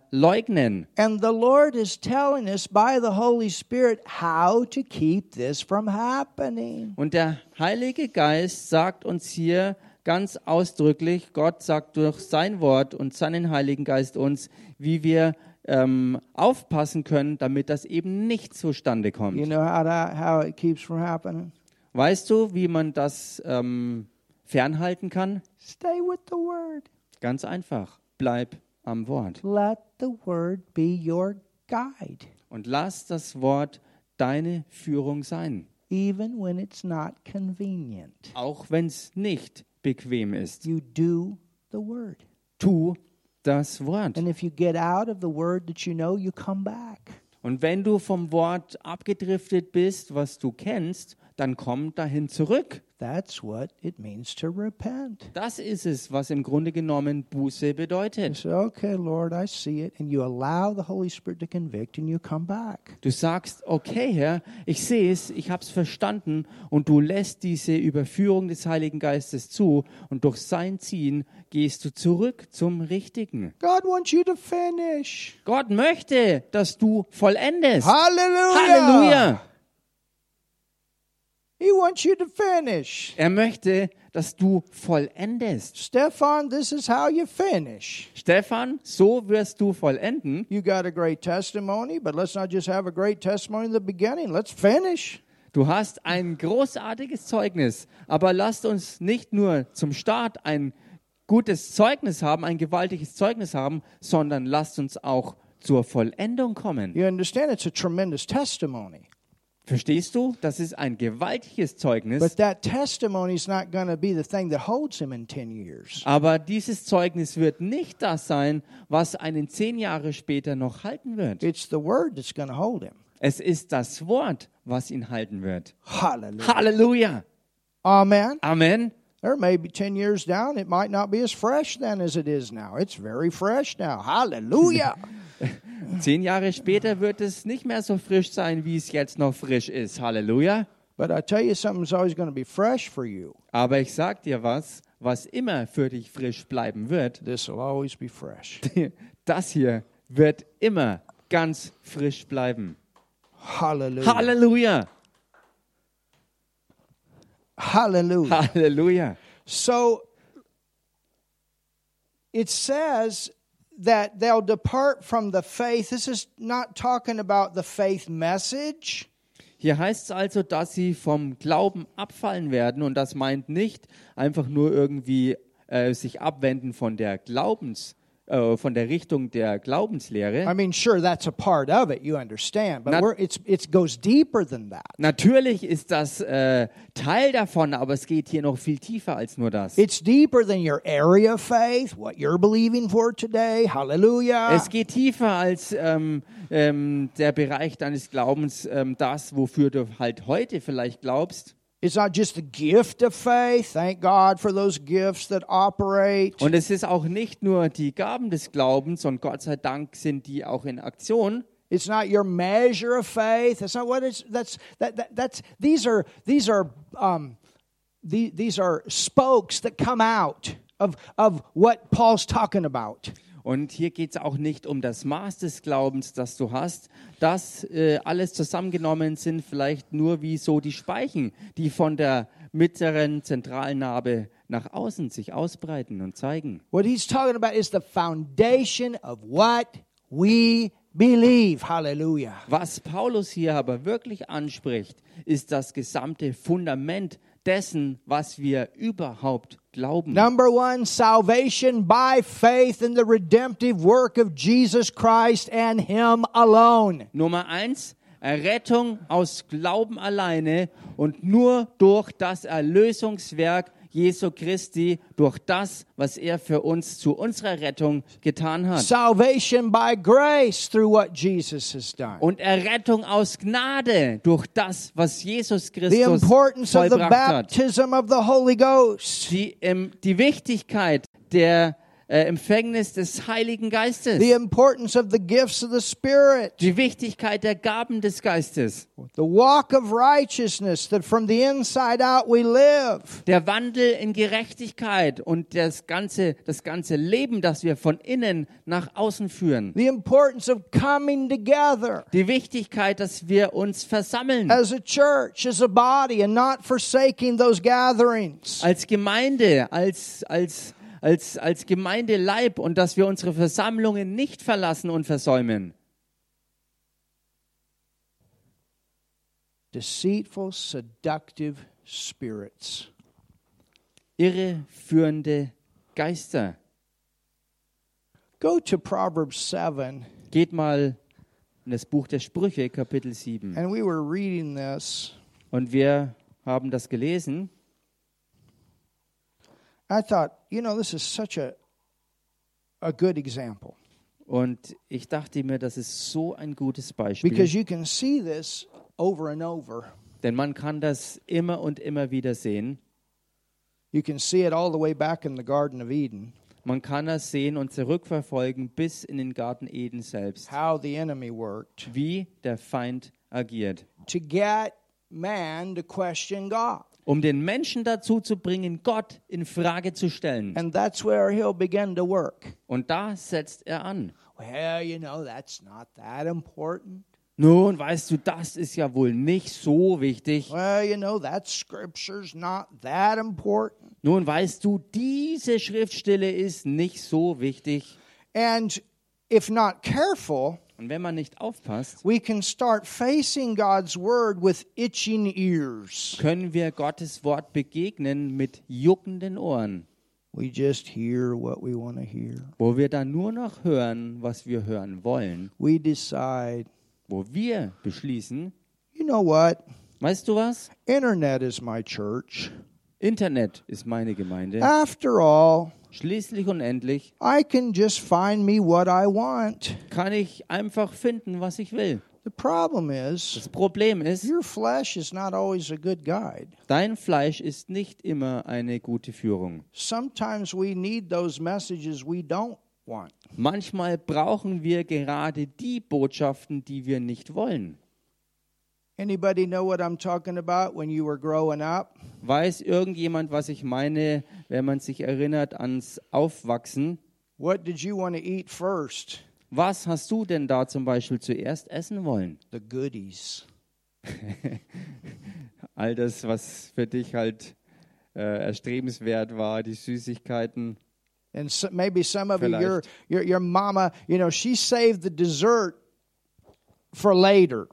Speaker 2: verleugnen.
Speaker 1: And the Lord is telling us by the Holy Spirit how to keep this from happening.
Speaker 2: Und der Heilige Geist sagt uns hier ganz ausdrücklich, Gott sagt durch sein Wort und seinen Heiligen Geist uns, wie wir ähm, aufpassen können, damit das eben nicht zustande
Speaker 1: You
Speaker 2: kommt.
Speaker 1: know how, to, how it keeps from happening?
Speaker 2: Weißt du, wie man das ähm, fernhalten kann?
Speaker 1: Stay with the Word.
Speaker 2: Ganz einfach. Bleib am Wort
Speaker 1: Let the Word be your guide,
Speaker 2: und lass das Wort deine Führung sein,
Speaker 1: even when it's not convenient.
Speaker 2: auch wenn es nicht bequem ist.
Speaker 1: You do the Word.
Speaker 2: Tu das Wort.
Speaker 1: And if you get out of the Word that you know, you come back.
Speaker 2: Und wenn du vom Wort abgedriftet bist, was du kennst, dann komm dahin zurück.
Speaker 1: That's what it means to repent.
Speaker 2: Das ist es, was im Grunde genommen Buße
Speaker 1: You
Speaker 2: bedeutet.
Speaker 1: say, okay, Lord, I see it. And you allow the Holy Spirit to convict and you come back.
Speaker 2: Du sagst, okay Herr, ich sehe es, ich habe es verstanden und du lässt diese Überführung des Heiligen Geistes zu und durch sein Ziehen gehst du zurück zum Richtigen.
Speaker 1: God wants you to finish.
Speaker 2: Gott möchte, dass du vollendest.
Speaker 1: Hallelujah.
Speaker 2: Halleluja!
Speaker 1: He wants you to finish.
Speaker 2: Er möchte, dass du vollendest.
Speaker 1: Stefan, this is how you finish.
Speaker 2: Stefan, so wirst du vollenden.
Speaker 1: You got a great testimony, but let's not just have a great testimony in the beginning. Let's finish.
Speaker 2: Du hast ein großartiges Zeugnis, aber lasst uns nicht nur zum Start ein gutes Zeugnis haben, ein gewaltiges Zeugnis haben, sondern lasst uns auch zur Vollendung kommen.
Speaker 1: You understand it's a tremendous testimony.
Speaker 2: Verstehst du? Das ist ein gewaltiges Zeugnis,
Speaker 1: But that testimony is not going to be the thing that holds him in 10 years.
Speaker 2: aber dieses Zeugnis wird nicht das sein, was einen zehn Jahre später noch halten wird.
Speaker 1: It's the word that's going to hold him.
Speaker 2: Es ist das Wort, was ihn halten wird.
Speaker 1: Hallelujah.
Speaker 2: Halleluja!
Speaker 1: Amen.
Speaker 2: Amen!
Speaker 1: There may be 10 years down, it might not be as fresh then as it is now. It's very fresh now. Hallelujah.
Speaker 2: Zehn Jahre später wird es nicht mehr so frisch sein, wie es jetzt noch frisch ist. Halleluja!
Speaker 1: but I tell you, something's always going to be fresh for you.
Speaker 2: Aber ich sag dir was, was immer für dich frisch bleiben wird,
Speaker 1: This will always be fresh.
Speaker 2: das hier wird immer ganz frisch bleiben.
Speaker 1: Hallelujah.
Speaker 2: Halleluja!
Speaker 1: Hallelujah.
Speaker 2: Halleluja!
Speaker 1: So it says that they'll depart from the faith. This is not talking about the faith message.
Speaker 2: Hier heißt es also, dass sie vom Glauben abfallen werden und das meint nicht einfach nur irgendwie äh, sich abwenden von der Glaubens, äh, von der Richtung der Glaubenslehre.
Speaker 1: I mean, sure, that's a part of it, you understand, but
Speaker 2: Not-
Speaker 1: we're, it's, it goes deeper than that.
Speaker 2: Natürlich ist das äh, Teil davon, aber es geht hier noch viel tiefer als nur das.
Speaker 1: It's deeper than your area of faith, what you're believing for today. Hallelujah.
Speaker 2: Es geht tiefer als ähm, ähm, der Bereich deines Glaubens, ähm, das, wofür du halt heute vielleicht glaubst.
Speaker 1: it's not just the gift of faith. Thank God for those gifts that operate.
Speaker 2: Und es ist auch nicht nur die Gaben des Glaubens und Gott sei Dank sind die auch in Aktion.
Speaker 1: It's not your measure of faith. That's not what it's. That's that. that that's these are these are um, the, these are spokes that come out of of what Paul's talking about.
Speaker 2: Und hier geht es auch nicht um das Maß des Glaubens, das du hast. Das äh, alles zusammengenommen sind vielleicht nur wie so die Speichen, die von der mittleren Zentralnabe nach außen sich ausbreiten und zeigen.
Speaker 1: What he's talking about is the foundation of what we believe. Hallelujah.
Speaker 2: Was Paulus hier aber wirklich anspricht, ist das gesamte Fundament dessen, was wir überhaupt glauben.
Speaker 1: Number one, salvation by faith in the redemptive work of Jesus Christ and Him alone.
Speaker 2: Nummer eins, Errettung aus Glauben alleine und nur durch das Erlösungswerk Jesu Christi, durch das, was er für uns zu unserer Rettung getan hat.
Speaker 1: Salvation by grace through what Jesus has done.
Speaker 2: Und Errettung aus Gnade durch das, was Jesus
Speaker 1: the
Speaker 2: Christus
Speaker 1: importance of the
Speaker 2: vollbracht hat.
Speaker 1: baptism of the Holy Ghost,
Speaker 2: die, ähm, die Wichtigkeit der äh, Empfängnis des Heiligen Geistes,
Speaker 1: the importance of the gifts of the Spirit,
Speaker 2: die Wichtigkeit der Gaben des Geistes,
Speaker 1: the walk of righteousness that from the inside out we live.
Speaker 2: der Wandel in Gerechtigkeit und das ganze, das ganze Leben, das wir von innen nach außen führen,
Speaker 1: The importance of coming together
Speaker 2: die Wichtigkeit, dass wir uns versammeln
Speaker 1: as a church, as a body, and not forsaking those gatherings.
Speaker 2: als Gemeinde, als, als, als, als Gemeindeleib und dass wir unsere Versammlungen nicht verlassen und versäumen.
Speaker 1: Deceitful, seductive spirits.
Speaker 2: Irreführende Geister.
Speaker 1: Go to Proverbs 7,
Speaker 2: Geht mal in das Buch der Sprüche, Kapitel 7.
Speaker 1: and we were reading this.
Speaker 2: Und wir haben das gelesen.
Speaker 1: I thought, you know, this is such a, a good example.
Speaker 2: Und ich dachte mir, das ist so ein gutes Beispiel.
Speaker 1: Because you can see this over and over.
Speaker 2: Denn man kann das immer und immer wieder sehen.
Speaker 1: You can see it all the way back in the Garden of Eden,
Speaker 2: Man kann das sehen und zurückverfolgen bis in den Garten Eden selbst,
Speaker 1: how the enemy worked
Speaker 2: wie der Feind agiert.
Speaker 1: to get man to question God.
Speaker 2: Um den Menschen dazu zu bringen, Gott in Frage zu stellen.
Speaker 1: And that's where he'll begin to work.
Speaker 2: Und da setzt er an.
Speaker 1: Well, you know, that's not that important.
Speaker 2: Nun, weißt du, das ist ja wohl nicht so wichtig.
Speaker 1: Well, you know, that scripture's not that important.
Speaker 2: Nun, weißt du, diese Schriftstelle ist nicht so wichtig.
Speaker 1: And if not careful,
Speaker 2: Und wenn man nicht aufpasst,
Speaker 1: we can start facing God's word with itching ears.
Speaker 2: können wir Gottes Wort begegnen mit juckenden Ohren,
Speaker 1: We just hear what we want to hear.
Speaker 2: wo wir dann nur noch hören, was wir hören wollen,
Speaker 1: We decide,
Speaker 2: wo wir beschließen,
Speaker 1: you know what?
Speaker 2: weißt du was?
Speaker 1: Internet is my church.
Speaker 2: Internet ist meine Gemeinde.
Speaker 1: After all,
Speaker 2: Schließlich und endlich
Speaker 1: I can just find me what I want.
Speaker 2: kann ich einfach finden, was ich will.
Speaker 1: The problem is,
Speaker 2: Das Problem ist,
Speaker 1: your flesh is not always a good guide.
Speaker 2: dein Fleisch ist nicht immer eine gute Führung.
Speaker 1: Sometimes we need those messages we don't want.
Speaker 2: Manchmal brauchen wir gerade die Botschaften, die wir nicht wollen.
Speaker 1: Anybody know what I'm talking about when you were growing up?
Speaker 2: Weiß irgendjemand, was ich meine, wenn man sich erinnert ans Aufwachsen?
Speaker 1: What did you want to eat first?
Speaker 2: Was hast du denn da zum Beispiel zuerst essen wollen?
Speaker 1: The goodies.
Speaker 2: All das, was für dich halt äh, erstrebenswert war, die Süßigkeiten.
Speaker 1: And so, maybe some of you,
Speaker 2: Vielleicht.
Speaker 1: your, your your mama, you know, she saved the dessert for later,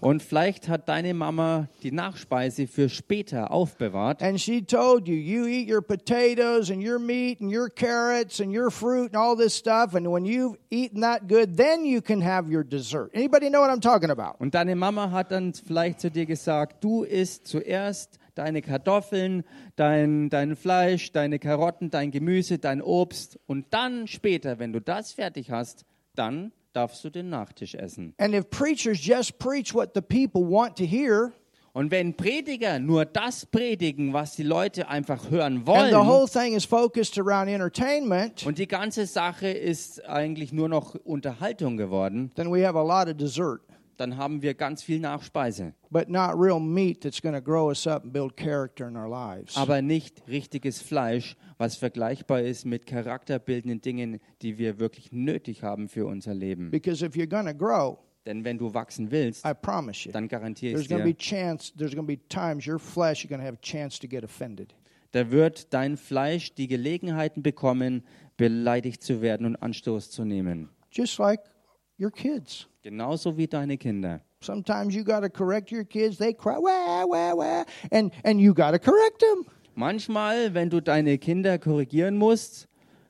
Speaker 2: Und vielleicht hat deine Mama die Nachspeise für später aufbewahrt.
Speaker 1: and she told you, you eat your potatoes and your meat and your carrots and your fruit and all this stuff, and when you've eaten that good, then you can have your dessert. Anybody know what I'm talking about?
Speaker 2: Und deine Mama hat dann vielleicht zu dir gesagt, du isst zuerst deine Kartoffeln, dein, dein Fleisch, deine Karotten, dein Gemüse, dein Obst. Und dann später, wenn du das fertig hast, dann darfst du den Nachtisch essen.
Speaker 1: And if preachers just preach what the people want to hear,
Speaker 2: Und wenn Prediger nur das predigen, was die Leute einfach hören
Speaker 1: and the
Speaker 2: wollen,
Speaker 1: whole thing is focused around entertainment,
Speaker 2: und die ganze Sache ist eigentlich nur noch Unterhaltung geworden,
Speaker 1: then we have a lot of dessert.
Speaker 2: dann haben wir ganz viel Nachspeise.
Speaker 1: But not real meat that's going to grow us up and build character in our lives.
Speaker 2: aber nicht richtiges Fleisch, was vergleichbar ist mit charakterbildenden Dingen, die wir wirklich nötig haben für unser Leben.
Speaker 1: Because if you're going to grow,
Speaker 2: Denn wenn du wachsen willst,
Speaker 1: I promise you,
Speaker 2: dann garantiere
Speaker 1: there's
Speaker 2: ich
Speaker 1: going to be
Speaker 2: dir,
Speaker 1: chance. There's going to be times your flesh is going to have a chance to get offended.
Speaker 2: da wird dein Fleisch die Gelegenheiten bekommen, beleidigt zu werden und Anstoß zu nehmen.
Speaker 1: Just like your kids.
Speaker 2: Genauso wie deine Kinder.
Speaker 1: Sometimes you got to correct your kids. They cry wah wah wah, and and you got to correct them.
Speaker 2: Manchmal, wenn du deine Kinder korrigieren musst,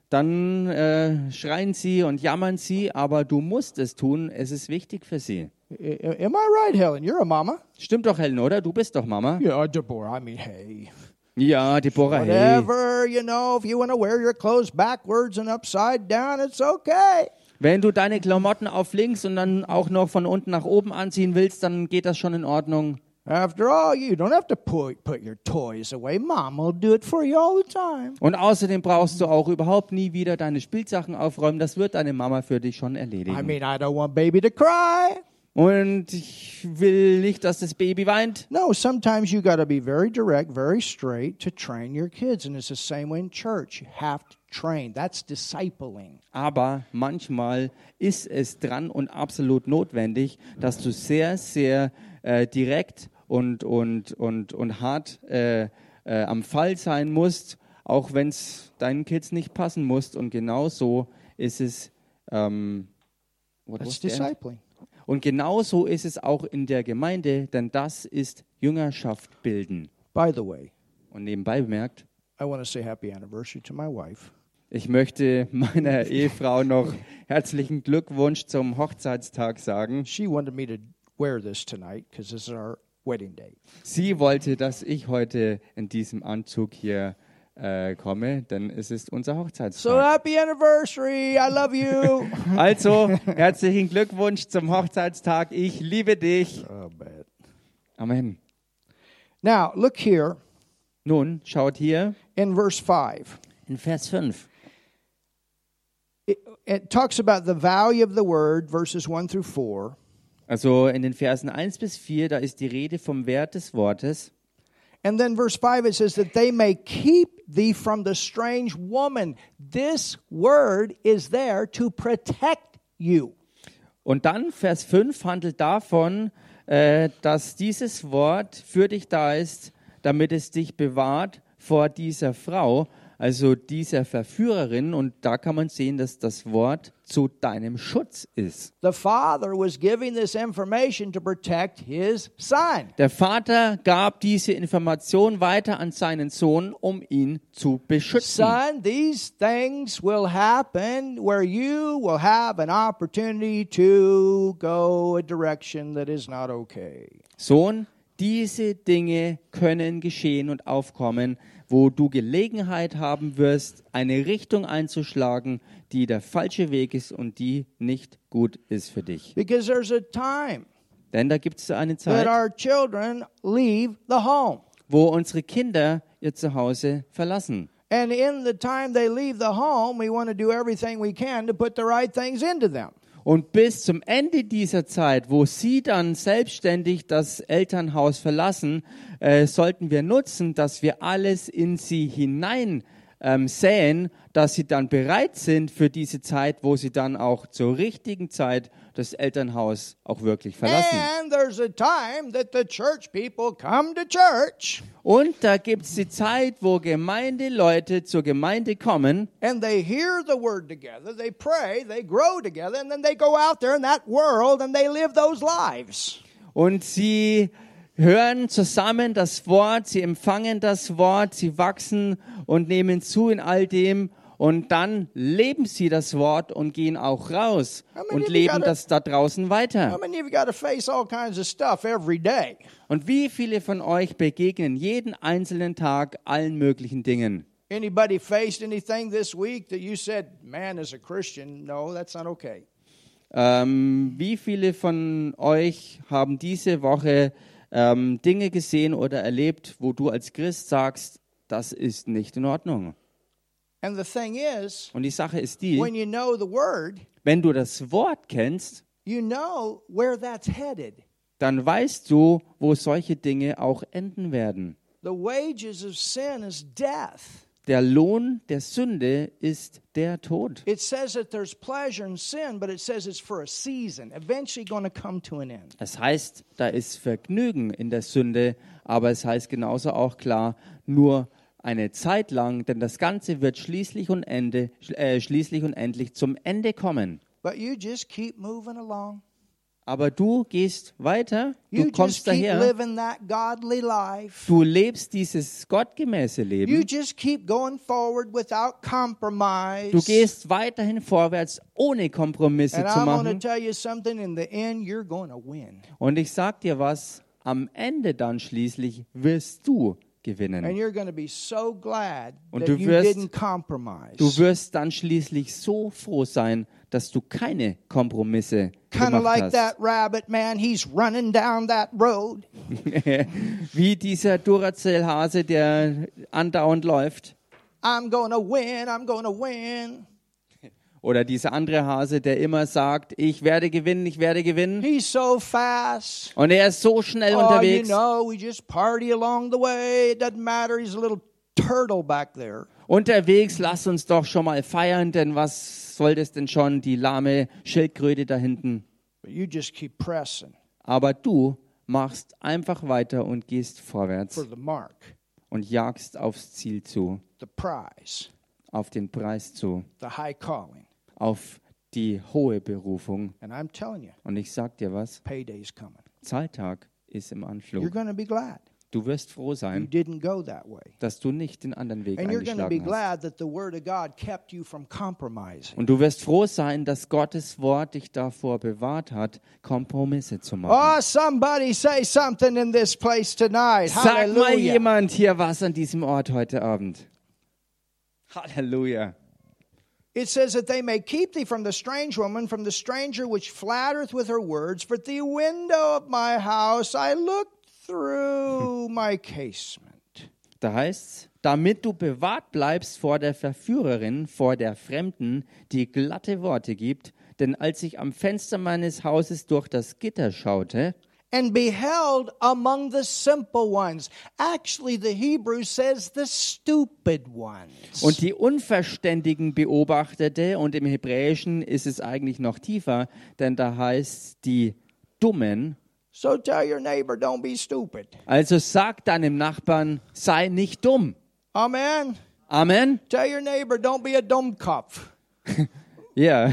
Speaker 2: dann äh, schreien sie und jammern sie, aber du musst es tun, es ist wichtig für sie.
Speaker 1: I- I- am I right, Helen? You're a mama.
Speaker 2: Stimmt doch, Helen, oder? Du bist doch Mama.
Speaker 1: Yeah, Deborah. I mean, hey,
Speaker 2: Ja, Deborah, hey.
Speaker 1: whatever you know. If you want to wear your clothes backwards and upside down, it's okay.
Speaker 2: Wenn du deine Klamotten auf links und dann auch noch von unten nach oben anziehen willst, dann geht das schon in Ordnung.
Speaker 1: After all, you don't have to put put your toys away. Mom will do it for you all the time.
Speaker 2: Und außerdem brauchst du auch überhaupt nie wieder deine Spielsachen aufräumen. Das wird deine Mama für dich schon
Speaker 1: I
Speaker 2: erledigen.
Speaker 1: mean, I don't want baby to cry.
Speaker 2: Und ich will nicht, dass das Baby weint.
Speaker 1: No, sometimes you got to be very direct, very straight to train your kids. And it's the same way in church. You have to train. That's discipling.
Speaker 2: Aber manchmal ist es dran und absolut notwendig, dass du sehr, sehr äh, direkt und, und, und, und hart äh, äh, am Fall sein musst, auch wenn es deinen Kids nicht passen muss. Und genauso ist es. Ähm, what
Speaker 1: That's
Speaker 2: was the end?
Speaker 1: discipling.
Speaker 2: und genauso ist es auch in der Gemeinde, denn das ist Jüngerschaft bilden.
Speaker 1: By the way,
Speaker 2: Und nebenbei bemerkt,
Speaker 1: I want to say happy anniversary to my wife.
Speaker 2: Ich möchte meiner Ehefrau noch herzlichen Glückwunsch zum Hochzeitstag sagen.
Speaker 1: She wanted me to wear this tonight because this is our wedding day.
Speaker 2: Sie wollte, dass ich heute in diesem Anzug hier äh, komme, denn es ist unser
Speaker 1: So
Speaker 2: Hochzeitstag.
Speaker 1: happy anniversary. I love you.
Speaker 2: Also, herzlichen Glückwunsch zum Hochzeitstag. Ich liebe dich.
Speaker 1: oh, bad.
Speaker 2: Amen.
Speaker 1: Now, look here
Speaker 2: Nun, schaut hier
Speaker 1: in verse 5.
Speaker 2: in Vers 5.
Speaker 1: It, it talks about the value of the word, verses 1 through 4.
Speaker 2: Also in den Versen 1 bis 4, da ist die Rede vom Wert des Wortes.
Speaker 1: And then verse 5 it says that they may keep thee from the strange woman. This word is there to protect you.
Speaker 2: Und dann Vers 5 handelt davon, äh, dass dieses Wort für dich da ist, damit es dich bewahrt vor dieser Frau, also dieser Verführerin. Und da kann man sehen, dass das Wort zu deinem Schutz ist.
Speaker 1: The father was giving this information to protect his son.
Speaker 2: Der Vater gab diese Information weiter an seinen Sohn, um ihn zu beschützen.
Speaker 1: Son, these things will happen where you will have an opportunity to go a direction that is not okay.
Speaker 2: Sohn, diese Dinge können geschehen und aufkommen, wo du Gelegenheit haben wirst, eine Richtung einzuschlagen, die der falsche Weg ist und die nicht gut ist für dich.
Speaker 1: Because there's a time
Speaker 2: Denn da gibt es eine
Speaker 1: that
Speaker 2: Zeit,
Speaker 1: our children leave the home.
Speaker 2: wo unsere Kinder ihr Zuhause verlassen.
Speaker 1: And in the time they leave the home, we want to do everything we can to put the right things into them.
Speaker 2: Und bis zum Ende dieser Zeit, wo sie dann selbstständig das Elternhaus verlassen, äh, sollten wir nutzen, dass wir alles in sie hinein ähm, säen, dass sie dann bereit sind für diese Zeit, wo sie dann auch zur richtigen Zeit das Elternhaus auch wirklich verlassen.
Speaker 1: And there's a time that the church people come to church
Speaker 2: Und da gibt es die Zeit, wo Gemeindeleute zur Gemeinde kommen
Speaker 1: and they hear the word together, they pray, they grow together, and then they go out there in that world and they live those lives.
Speaker 2: Und sie hören zusammen das Wort, sie empfangen das Wort, sie wachsen und nehmen zu in all dem. Und dann leben sie das Wort und gehen auch raus
Speaker 1: many of
Speaker 2: und
Speaker 1: you
Speaker 2: leben
Speaker 1: gotta-
Speaker 2: das da draußen
Speaker 1: How
Speaker 2: weiter.
Speaker 1: many of you got to face all kinds of stuff every day?
Speaker 2: Und wie viele von euch begegnen jeden einzelnen Tag allen möglichen Dingen?
Speaker 1: Anybody faced anything this week that you said, man, as a Christian, no, that's not okay?
Speaker 2: Ähm, wie viele von euch haben diese Woche ähm, Dinge gesehen oder erlebt, wo du als Christ sagst, das ist nicht in Ordnung?
Speaker 1: And the thing is,
Speaker 2: Und die Sache ist die,
Speaker 1: when you know the word,
Speaker 2: Wenn du das Wort kennst,
Speaker 1: you know where that's headed.
Speaker 2: dann weißt du, wo solche Dinge auch enden werden.
Speaker 1: The wages of sin is death.
Speaker 2: Der Lohn der Sünde ist der Tod.
Speaker 1: It says that there's pleasure in sin, but it says it's for a season, eventually going to come to an end.
Speaker 2: Das heißt, da ist Vergnügen in der Sünde, aber es heißt genauso auch klar, nur eine Zeit lang, denn das Ganze wird schließlich und, Ende, schl- äh, schließlich und endlich zum Ende kommen.
Speaker 1: But you just keep moving along.
Speaker 2: Aber du gehst weiter,
Speaker 1: You
Speaker 2: du
Speaker 1: just
Speaker 2: kommst
Speaker 1: keep
Speaker 2: daher,
Speaker 1: living that godly life.
Speaker 2: du lebst dieses gottgemäße Leben.
Speaker 1: You just keep going forward without compromise.
Speaker 2: Du gehst weiterhin vorwärts, ohne Kompromisse
Speaker 1: and
Speaker 2: zu
Speaker 1: I'm going
Speaker 2: machen.
Speaker 1: to tell you something in the end, you're going to win.
Speaker 2: Und ich sag dir was, am Ende dann schließlich wirst du
Speaker 1: And
Speaker 2: gewinnen.
Speaker 1: you're going to be so glad
Speaker 2: Und
Speaker 1: that
Speaker 2: du
Speaker 1: you
Speaker 2: wirst-
Speaker 1: didn't compromise.
Speaker 2: Du wirst dann schließlich so froh sein, dass du keine Kompromisse
Speaker 1: Kind of
Speaker 2: gemacht
Speaker 1: like
Speaker 2: hast.
Speaker 1: that rabbit man, he's running down that road.
Speaker 2: Wie dieser Duracell-Hase, der andauernd läuft.
Speaker 1: I'm going to win, I'm going to win.
Speaker 2: Oder dieser andere Hase, der immer sagt, ich werde gewinnen, ich werde gewinnen.
Speaker 1: He's so fast.
Speaker 2: Und er ist so schnell
Speaker 1: Oh, you
Speaker 2: unterwegs.
Speaker 1: know, we just party along the way. It doesn't matter. He's a little turtle back there.
Speaker 2: Unterwegs, lass uns doch schon mal feiern, denn was soll das denn schon, die lahme Schildkröte da hinten?
Speaker 1: But you just keep pressing
Speaker 2: Aber du machst einfach weiter und gehst
Speaker 1: for
Speaker 2: vorwärts
Speaker 1: the mark,
Speaker 2: und jagst aufs Ziel zu,
Speaker 1: the prize,
Speaker 2: auf den Preis zu,
Speaker 1: the high calling.
Speaker 2: auf die hohe Berufung.
Speaker 1: And I'm telling you,
Speaker 2: Und ich sag dir was,
Speaker 1: payday's coming.
Speaker 2: Zahltag ist im
Speaker 1: You're
Speaker 2: Anschluss.
Speaker 1: going to be glad
Speaker 2: Du wirst froh
Speaker 1: you
Speaker 2: sein,
Speaker 1: didn't go that way.
Speaker 2: dass du nicht den anderen Weg
Speaker 1: And you're going to be
Speaker 2: eingeschlagen hast.
Speaker 1: glad that the Word of God kept you from compromising.
Speaker 2: Und du wirst froh sein, dass Gottes Wort dich davor bewahrt hat, Kompromisse zu machen.
Speaker 1: Oh, somebody say something in this place tonight.
Speaker 2: Sag mal
Speaker 1: Hallelujah.
Speaker 2: jemand hier was an diesem Ort heute Abend. Halleluja.
Speaker 1: It says that they may keep thee from the strange woman, from the stranger which flattereth with her words. For at the window of my house I looked through my casement.
Speaker 2: Da heißt's, damit du bewahrt bleibst vor der Verführerin, vor der Fremden, die glatte Worte gibt, denn als ich am Fenster meines Hauses durch das Gitter schaute,
Speaker 1: and beheld among the simple ones. Actually, the Hebrew says the stupid ones.
Speaker 2: Und die Unverständigen beobachtete, und im Hebräischen ist es eigentlich noch tiefer, denn da heißt die Dummen.
Speaker 1: so tell your neighbor, don't be stupid.
Speaker 2: Also sag deinem Nachbarn, sei nicht dumm.
Speaker 1: Amen.
Speaker 2: Amen?
Speaker 1: Tell your neighbor, don't be a dumb Kopf.
Speaker 2: Yeah.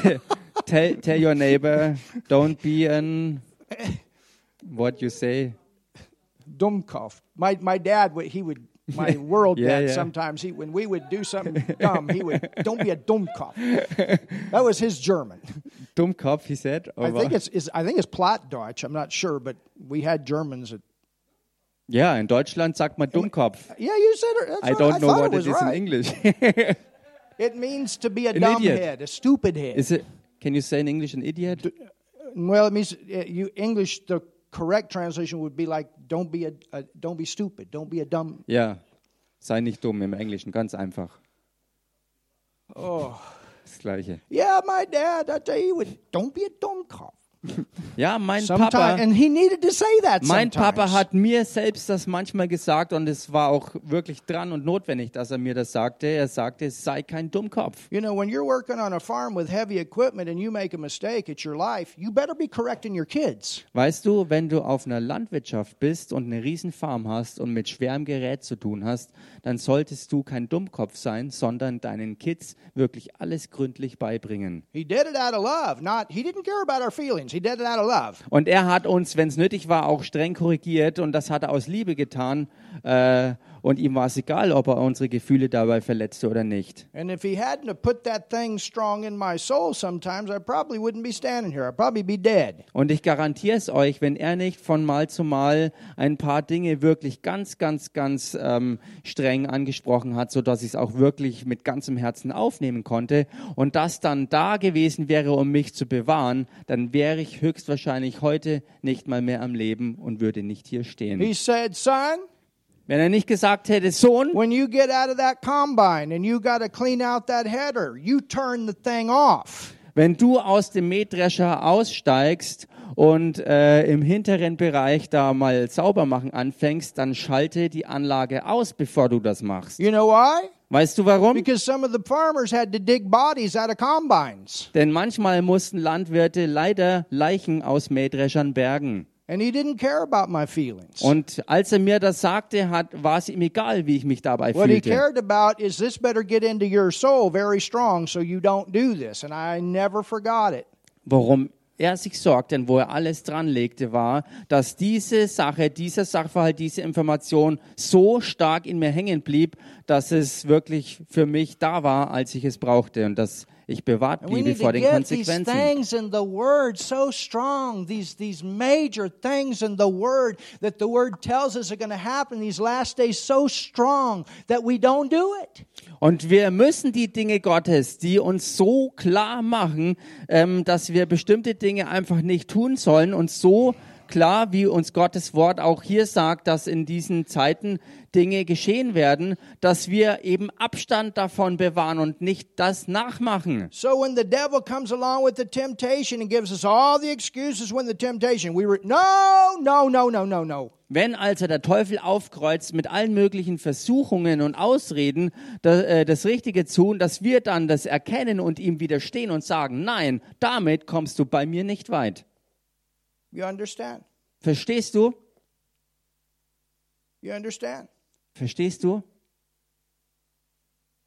Speaker 2: tell, tell your neighbor, don't be an. What you say?
Speaker 1: Dummkopf. My my dad would he would my world
Speaker 2: Yeah,
Speaker 1: dad
Speaker 2: yeah.
Speaker 1: sometimes he when we would do something dumb he would don't be a dummkopf. That was his German.
Speaker 2: Dummkopf, he said.
Speaker 1: I think
Speaker 2: aber-
Speaker 1: it's, it's I think it's Plattdeutsch. I'm not sure, but we had Germans. At,
Speaker 2: ja, in Deutschland sagt man Dummkopf.
Speaker 1: yeah, you said it. That's
Speaker 2: I
Speaker 1: right.
Speaker 2: don't
Speaker 1: I
Speaker 2: know
Speaker 1: thought
Speaker 2: what
Speaker 1: it
Speaker 2: it
Speaker 1: was
Speaker 2: is in
Speaker 1: right.
Speaker 2: English.
Speaker 1: It means to be a
Speaker 2: An
Speaker 1: dumb
Speaker 2: idiot.
Speaker 1: head, a stupid head.
Speaker 2: is it, can you say in English an idiot?
Speaker 1: well, it means uh, you English. The correct translation would be like don't be a, a don't be stupid, don't be a dumb.
Speaker 2: Ja, sei nicht dumm im Englischen, ganz einfach.
Speaker 1: Oh,
Speaker 2: Das Gleiche.
Speaker 1: yeah, my dad. I tell you, he would don't be a dumb cop.
Speaker 2: Ja, mein Papa,
Speaker 1: Sometimes, and he needed to say that.
Speaker 2: mein
Speaker 1: sometimes.
Speaker 2: Papa hat mir selbst das manchmal gesagt und es war auch wirklich dran und notwendig, dass er mir das sagte. Er sagte, sei kein Dummkopf.
Speaker 1: You know, when you're working on a farm with heavy equipment and you make a mistake, it's your life. You better be correcting your kids.
Speaker 2: Weißt du, wenn du auf einer Landwirtschaft bist und eine riesen Farm hast und mit schwerem Gerät zu tun hast, dann solltest du kein Dummkopf sein, sondern deinen Kids wirklich alles gründlich beibringen.
Speaker 1: He did it out of love. Not he didn't care about our feelings. He did it out of love.
Speaker 2: Und er hat uns, wenn es nötig war, auch streng korrigiert und das hat er aus Liebe getan. Äh, und ihm war es egal, ob er unsere Gefühle dabei verletzte oder nicht.
Speaker 1: And if he hadn't have put that thing strong in my soul sometimes, I probably wouldn't be standing here. I'd probably be dead.
Speaker 2: Und ich garantiere es euch, wenn er nicht von Mal zu Mal ein paar Dinge wirklich ganz, ganz, ganz ähm, streng angesprochen hat, sodass ich es auch wirklich mit ganzem Herzen aufnehmen konnte und das dann da gewesen wäre, um mich zu bewahren, dann wäre ich höchstwahrscheinlich heute nicht mal mehr am Leben und würde nicht hier stehen.
Speaker 1: He said, Son,
Speaker 2: Wenn er nicht gesagt hätte, Sohn,
Speaker 1: when you get out of that combine and you got to clean out that header, you turn the thing off.
Speaker 2: Wenn du aus dem Mähdrescher aussteigst und äh, im hinteren Bereich da mal sauber machen anfängst, dann schalte die Anlage aus, bevor du das machst.
Speaker 1: You know why?
Speaker 2: Weißt du warum?
Speaker 1: Because some of the farmers had to dig bodies out of combines.
Speaker 2: Denn manchmal mussten Landwirte leider Leichen aus Mähdreschern bergen.
Speaker 1: And he didn't care about my feelings.
Speaker 2: Und als er mir das sagte, hat, war es ihm egal, wie ich mich dabei
Speaker 1: What he
Speaker 2: fühlte.
Speaker 1: cared about is this better get into your soul very strong so you don't do this. And I never forgot it.
Speaker 2: Worum er sich sorgte und wo er alles dran legte, war, dass diese Sache, dieser Sachverhalt, diese Information so stark in mir hängen blieb, dass es wirklich für mich da war, als ich es brauchte und dass ich bewahrt
Speaker 1: And we
Speaker 2: bliebe
Speaker 1: need
Speaker 2: vor
Speaker 1: to
Speaker 2: den
Speaker 1: get these
Speaker 2: Konsequenzen.
Speaker 1: things in the Word so strong, these, these major things in the Word that the Word tells us are going to happen these last days so strong that we don't do it.
Speaker 2: Und wir müssen die Dinge Gottes, die uns so klar machen, ähm, dass wir bestimmte Dinge einfach nicht tun sollen und so klar, wie uns Gottes Wort auch hier sagt, dass in diesen Zeiten Dinge geschehen werden, dass wir eben Abstand davon bewahren und nicht das nachmachen.
Speaker 1: So when the devil comes along with the temptation and gives us all the excuses when the temptation, we were, no, no, no, no, no, no.
Speaker 2: Wenn also der Teufel aufkreuzt mit allen möglichen Versuchungen und Ausreden da, äh, das Richtige tun, dass wir dann das erkennen und ihm widerstehen und sagen, nein, damit kommst du bei mir nicht weit.
Speaker 1: You understand?
Speaker 2: Verstehst du?
Speaker 1: You understand?
Speaker 2: Verstehst du?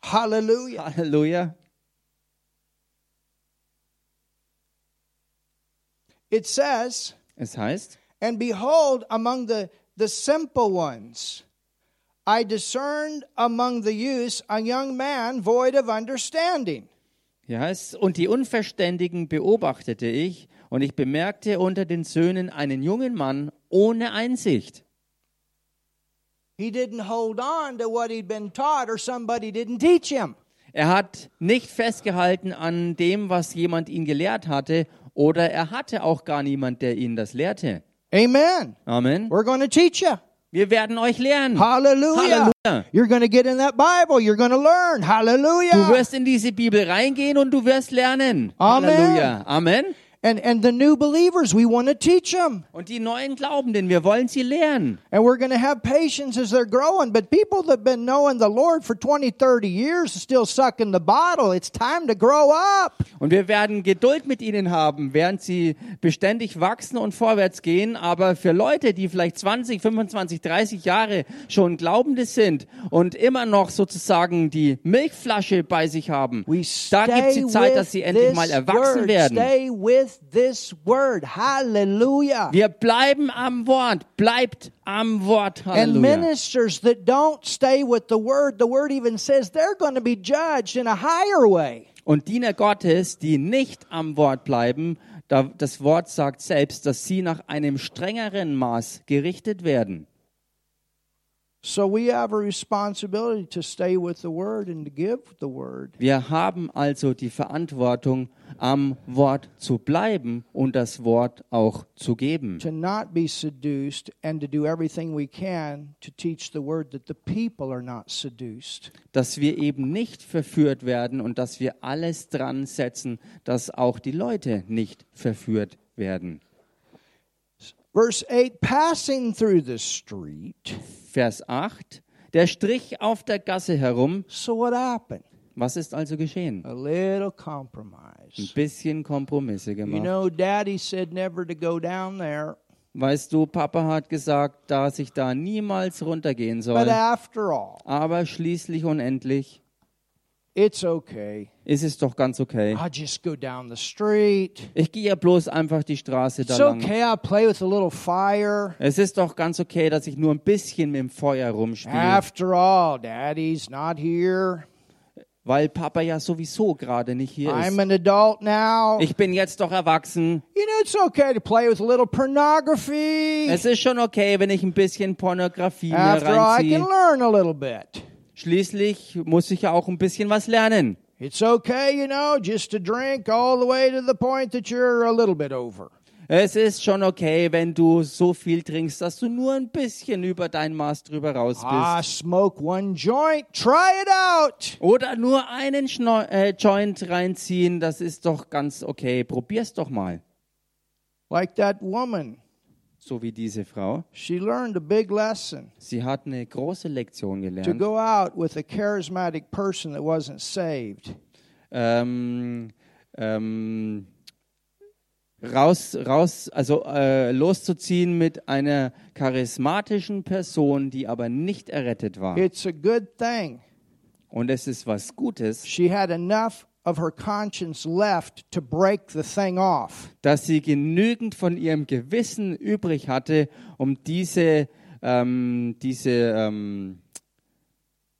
Speaker 1: Hallelujah.
Speaker 2: Halleluja.
Speaker 1: It says,
Speaker 2: Es heißt,
Speaker 1: And behold, among the, the simple ones, I discerned among the youths a young man void of understanding.
Speaker 2: hier heißt und die Unverständigen beobachtete ich, und ich bemerkte unter den Söhnen einen jungen Mann ohne Einsicht.
Speaker 1: He didn't hold on to what he'd been taught, or somebody didn't teach him.
Speaker 2: Er hat nicht festgehalten an dem, was jemand ihn gelehrt hatte, oder er hatte auch gar niemand, der ihn das lehrte.
Speaker 1: Amen.
Speaker 2: Amen.
Speaker 1: We're going to teach you.
Speaker 2: Wir werden euch lehren.
Speaker 1: Hallelujah.
Speaker 2: Hallelujah.
Speaker 1: You're going to get in that Bible. You're going to learn. Hallelujah.
Speaker 2: Du wirst in diese Bibel reingehen und du wirst lernen.
Speaker 1: Amen.
Speaker 2: Halleluja. Amen.
Speaker 1: And, and the new believers, we want to teach them.
Speaker 2: Und die neuen Glaubenden, wir wollen sie lehren.
Speaker 1: And we're going to have patience as they're growing. But people that have been knowing the Lord for 20, 30 years are still sucking the bottle. It's time to grow up.
Speaker 2: Und wir werden Geduld mit ihnen haben, während sie beständig wachsen und vorwärts gehen. Aber für Leute, die vielleicht 20, 25, 30 Jahre schon Glaubende sind und immer noch sozusagen die Milchflasche bei sich haben,
Speaker 1: We
Speaker 2: da gibt
Speaker 1: stay
Speaker 2: die Zeit, dass
Speaker 1: with
Speaker 2: sie endlich
Speaker 1: this
Speaker 2: mal erwachsen
Speaker 1: word.
Speaker 2: werden.
Speaker 1: Stay with this word. Hallelujah.
Speaker 2: Wir bleiben am Wort. Bleibt am Wort.
Speaker 1: And
Speaker 2: Halleluja.
Speaker 1: ministers that don't stay with the word, the word even says they're going to be judged in a higher way.
Speaker 2: Und Diener Gottes, die nicht am Wort bleiben, da das Wort sagt selbst, dass sie nach einem strengeren Maß gerichtet werden.
Speaker 1: So we have a responsibility to stay with the word and to give the word.
Speaker 2: Wir haben also die Verantwortung, am Wort zu bleiben und das Wort auch zu geben.
Speaker 1: to not be seduced and to do everything we can to teach the word that the people are not seduced.
Speaker 2: Dass wir eben nicht verführt werden und dass wir alles dran setzen, dass auch die Leute nicht verführt werden.
Speaker 1: Verse 8 passing through the street.
Speaker 2: Vers 8. Der Strich auf der Gasse herum.
Speaker 1: So what happened?
Speaker 2: Was ist also geschehen?
Speaker 1: A little
Speaker 2: Ein
Speaker 1: compromise.
Speaker 2: bisschen Kompromisse
Speaker 1: You
Speaker 2: gemacht.
Speaker 1: know, daddy said never to go down there,
Speaker 2: Weißt du, Papa hat gesagt, dass ich da niemals runtergehen
Speaker 1: but
Speaker 2: soll.
Speaker 1: after all,
Speaker 2: Aber schließlich und endlich
Speaker 1: it's okay.
Speaker 2: ist es doch ganz okay.
Speaker 1: I'll just go down the street.
Speaker 2: Ich gehe ja bloß einfach die Straße da
Speaker 1: It's
Speaker 2: lang.
Speaker 1: okay. I'll play with a little fire.
Speaker 2: Es ist doch ganz okay, dass ich nur ein bisschen mit dem Feuer rumspiele,
Speaker 1: After all, daddy's not here.
Speaker 2: weil Papa ja sowieso gerade nicht hier
Speaker 1: I'm
Speaker 2: ist.
Speaker 1: an adult now.
Speaker 2: Ich bin jetzt doch erwachsen.
Speaker 1: You know, it's okay to play with a little pornography.
Speaker 2: Es ist schon okay, wenn ich ein bisschen Pornografie mir
Speaker 1: After all, I can
Speaker 2: reinziehe.
Speaker 1: learn a little bit.
Speaker 2: Schließlich muss ich ja auch ein bisschen was lernen.
Speaker 1: It's okay, you know, just to drink all the way to the point that you're a little bit over.
Speaker 2: Es ist schon okay, wenn du so viel trinkst, dass du nur ein bisschen über dein Maß drüber raus
Speaker 1: Ah,
Speaker 2: bist.
Speaker 1: smoke one joint, try it out.
Speaker 2: Oder nur einen Schno äh, Joint reinziehen, das ist doch ganz okay. Probier's doch mal.
Speaker 1: Like that woman,
Speaker 2: So wie diese Frau.
Speaker 1: she learned a big lesson
Speaker 2: Sie hat eine große Lektion
Speaker 1: to
Speaker 2: gelernt,
Speaker 1: go out with a charismatic person that wasn't saved.
Speaker 2: ähm, ähm, raus, raus, also äh, loszuziehen mit einer charismatischen Person, die aber nicht errettet war.
Speaker 1: It's a good thing.
Speaker 2: Und es ist was Gutes,
Speaker 1: She had enough of her conscience left to break the thing off.
Speaker 2: dass sie genügend von ihrem Gewissen übrig hatte, um diese, ähm, diese, ähm,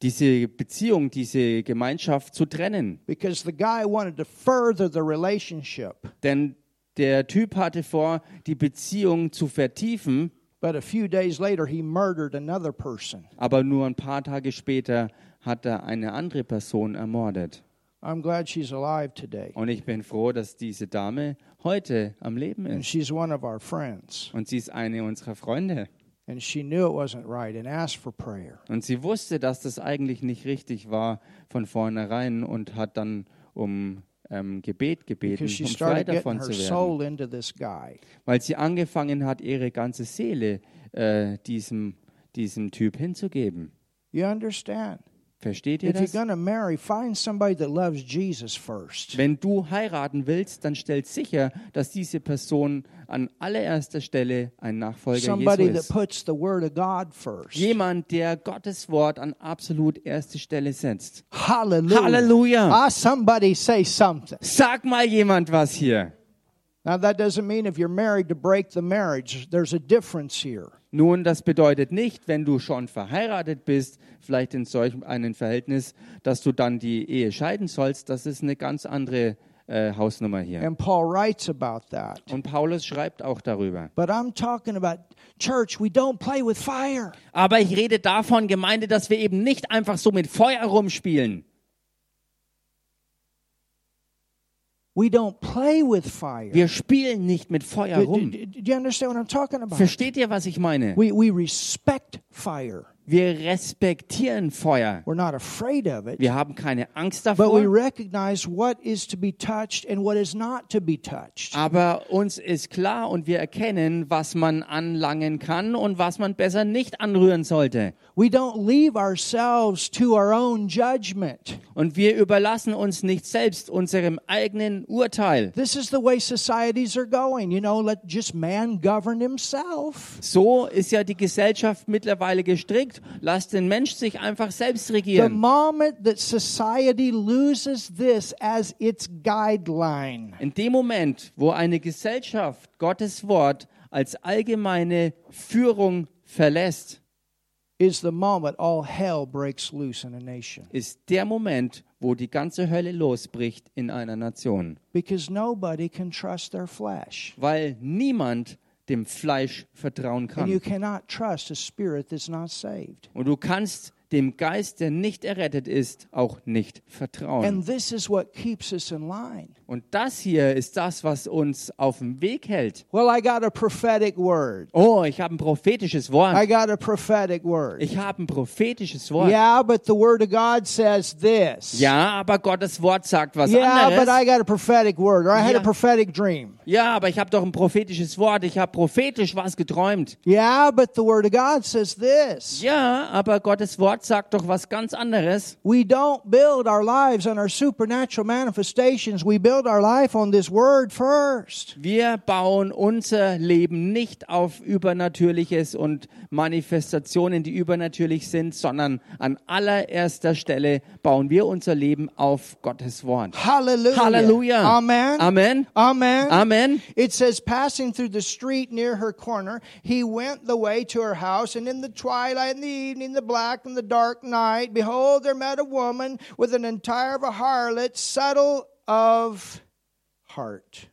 Speaker 2: diese Beziehung, diese Gemeinschaft zu trennen.
Speaker 1: because the guy wanted to further the relationship.
Speaker 2: Denn der Typ hatte vor, die Beziehung zu vertiefen,
Speaker 1: But a few days later, he murdered another person.
Speaker 2: aber nur ein paar Tage später hat er eine andere Person ermordet.
Speaker 1: I'm glad she's alive today.
Speaker 2: Und ich bin froh, dass diese Dame heute am Leben
Speaker 1: And
Speaker 2: ist.
Speaker 1: she's one of our friends.
Speaker 2: Und sie ist eine unserer Freunde.
Speaker 1: And she knew it wasn't right and asked for prayer.
Speaker 2: Und sie wusste, dass das eigentlich nicht richtig war von vornherein und hat dann um ähm, Gebet gebeten,
Speaker 1: Because she
Speaker 2: um frei
Speaker 1: started
Speaker 2: davon
Speaker 1: getting
Speaker 2: zu
Speaker 1: her
Speaker 2: werden.
Speaker 1: soul into this guy.
Speaker 2: Weil sie angefangen hat, ihre ganze Seele äh, diesem, diesem Typ hinzugeben.
Speaker 1: You understand?
Speaker 2: Versteht ihr
Speaker 1: If you're
Speaker 2: das?
Speaker 1: going to marry, find somebody that loves Jesus first.
Speaker 2: Wenn du heiraten willst, dann stell sicher, dass diese Person an allererster Stelle ein Nachfolger
Speaker 1: Somebody
Speaker 2: Jesu
Speaker 1: that
Speaker 2: ist.
Speaker 1: puts the word of God first.
Speaker 2: Jemand, der Gottes Wort an absolut erste Stelle setzt.
Speaker 1: Hallelujah.
Speaker 2: Hallelujah.
Speaker 1: Ah, somebody say something.
Speaker 2: Sag mal jemand was hier.
Speaker 1: Now, that doesn't mean if you're married to break the marriage. There's a difference here.
Speaker 2: Nun, das bedeutet nicht, wenn du schon verheiratet bist, vielleicht in solch einem Verhältnis, dass du dann die Ehe scheiden sollst. Das ist eine ganz andere äh, Hausnummer hier.
Speaker 1: And Paul writes about that.
Speaker 2: Und Paulus schreibt auch darüber.
Speaker 1: But I'm talking about church, we don't play with fire.
Speaker 2: Aber ich rede davon, Gemeinde, dass wir eben nicht einfach so mit Feuer rumspielen.
Speaker 1: We don't play with fire.
Speaker 2: Wir spielen nicht mit Feuer
Speaker 1: Do, do-
Speaker 2: rum.
Speaker 1: do- do you understand what I'm talking about?
Speaker 2: Versteht ihr, was ich meine?
Speaker 1: We, we respect fire.
Speaker 2: Wir respektieren Feuer.
Speaker 1: We're not afraid of it,
Speaker 2: Wir haben keine Angst
Speaker 1: but we
Speaker 2: davor,
Speaker 1: recognize what is to be touched and what is not to be
Speaker 2: Uh.
Speaker 1: touched.
Speaker 2: aber uns ist klar und wir erkennen, was man anlangen kann und was man besser nicht anrühren sollte.
Speaker 1: We don't leave ourselves to our own judgment.
Speaker 2: Und wir überlassen uns nicht selbst unserem eigenen Urteil.
Speaker 1: This is the way societies are going. You know, let just man govern himself.
Speaker 2: So ist ja die Gesellschaft mittlerweile gestrickt. Lass den Mensch sich einfach selbst
Speaker 1: The
Speaker 2: regieren.
Speaker 1: moment that society loses this as its guideline,
Speaker 2: In dem Moment, wo eine Gesellschaft Gottes Wort als allgemeine Führung verlässt,
Speaker 1: is the moment all hell breaks loose in a nation.
Speaker 2: ist der Moment, wo die ganze Hölle losbricht in einer Nation,
Speaker 1: Because nobody can trust their flesh.
Speaker 2: weil niemand dem Fleisch vertrauen
Speaker 1: And you
Speaker 2: kann.
Speaker 1: cannot trust a spirit that's not saved.
Speaker 2: Und du kannst dem Geist, der nicht errettet ist, auch nicht vertrauen.
Speaker 1: And this is what keeps us in line.
Speaker 2: Und das hier ist das, was uns auf dem Weg hält.
Speaker 1: Well, I got a prophetic word.
Speaker 2: Oh, ich habe ein prophetisches
Speaker 1: I
Speaker 2: Wort.
Speaker 1: got a prophetic word.
Speaker 2: Ich habe ein prophetisches Wort.
Speaker 1: Yeah, but the word of God says this.
Speaker 2: Ja, aber Gottes Wort sagt was
Speaker 1: Yeah, but
Speaker 2: anderes.
Speaker 1: I got a prophetic word, or I had a
Speaker 2: Yeah.
Speaker 1: prophetic dream.
Speaker 2: Ja, aber ich habe doch ein prophetisches Wort. Ich habe prophetisch was geträumt.
Speaker 1: Yeah, but the word of God says this.
Speaker 2: Ja, aber Gottes Wort sagt doch was ganz anderes.
Speaker 1: We don't build our lives on our supernatural manifestations. We build our life on this word first.
Speaker 2: Wir bauen unser Leben nicht auf Übernatürliches und Manifestationen, die übernatürlich sind, sondern an allererster Stelle bauen wir unser Leben auf Gottes Wort.
Speaker 1: Hallelujah.
Speaker 2: Halleluja.
Speaker 1: Amen.
Speaker 2: Amen.
Speaker 1: Amen.
Speaker 2: Amen.
Speaker 1: It says, passing through the street near her corner, he went the way to her house, and in the twilight and the evening, the black and the dark night, behold, there met a woman with an entire of a harlot, subtle of heart.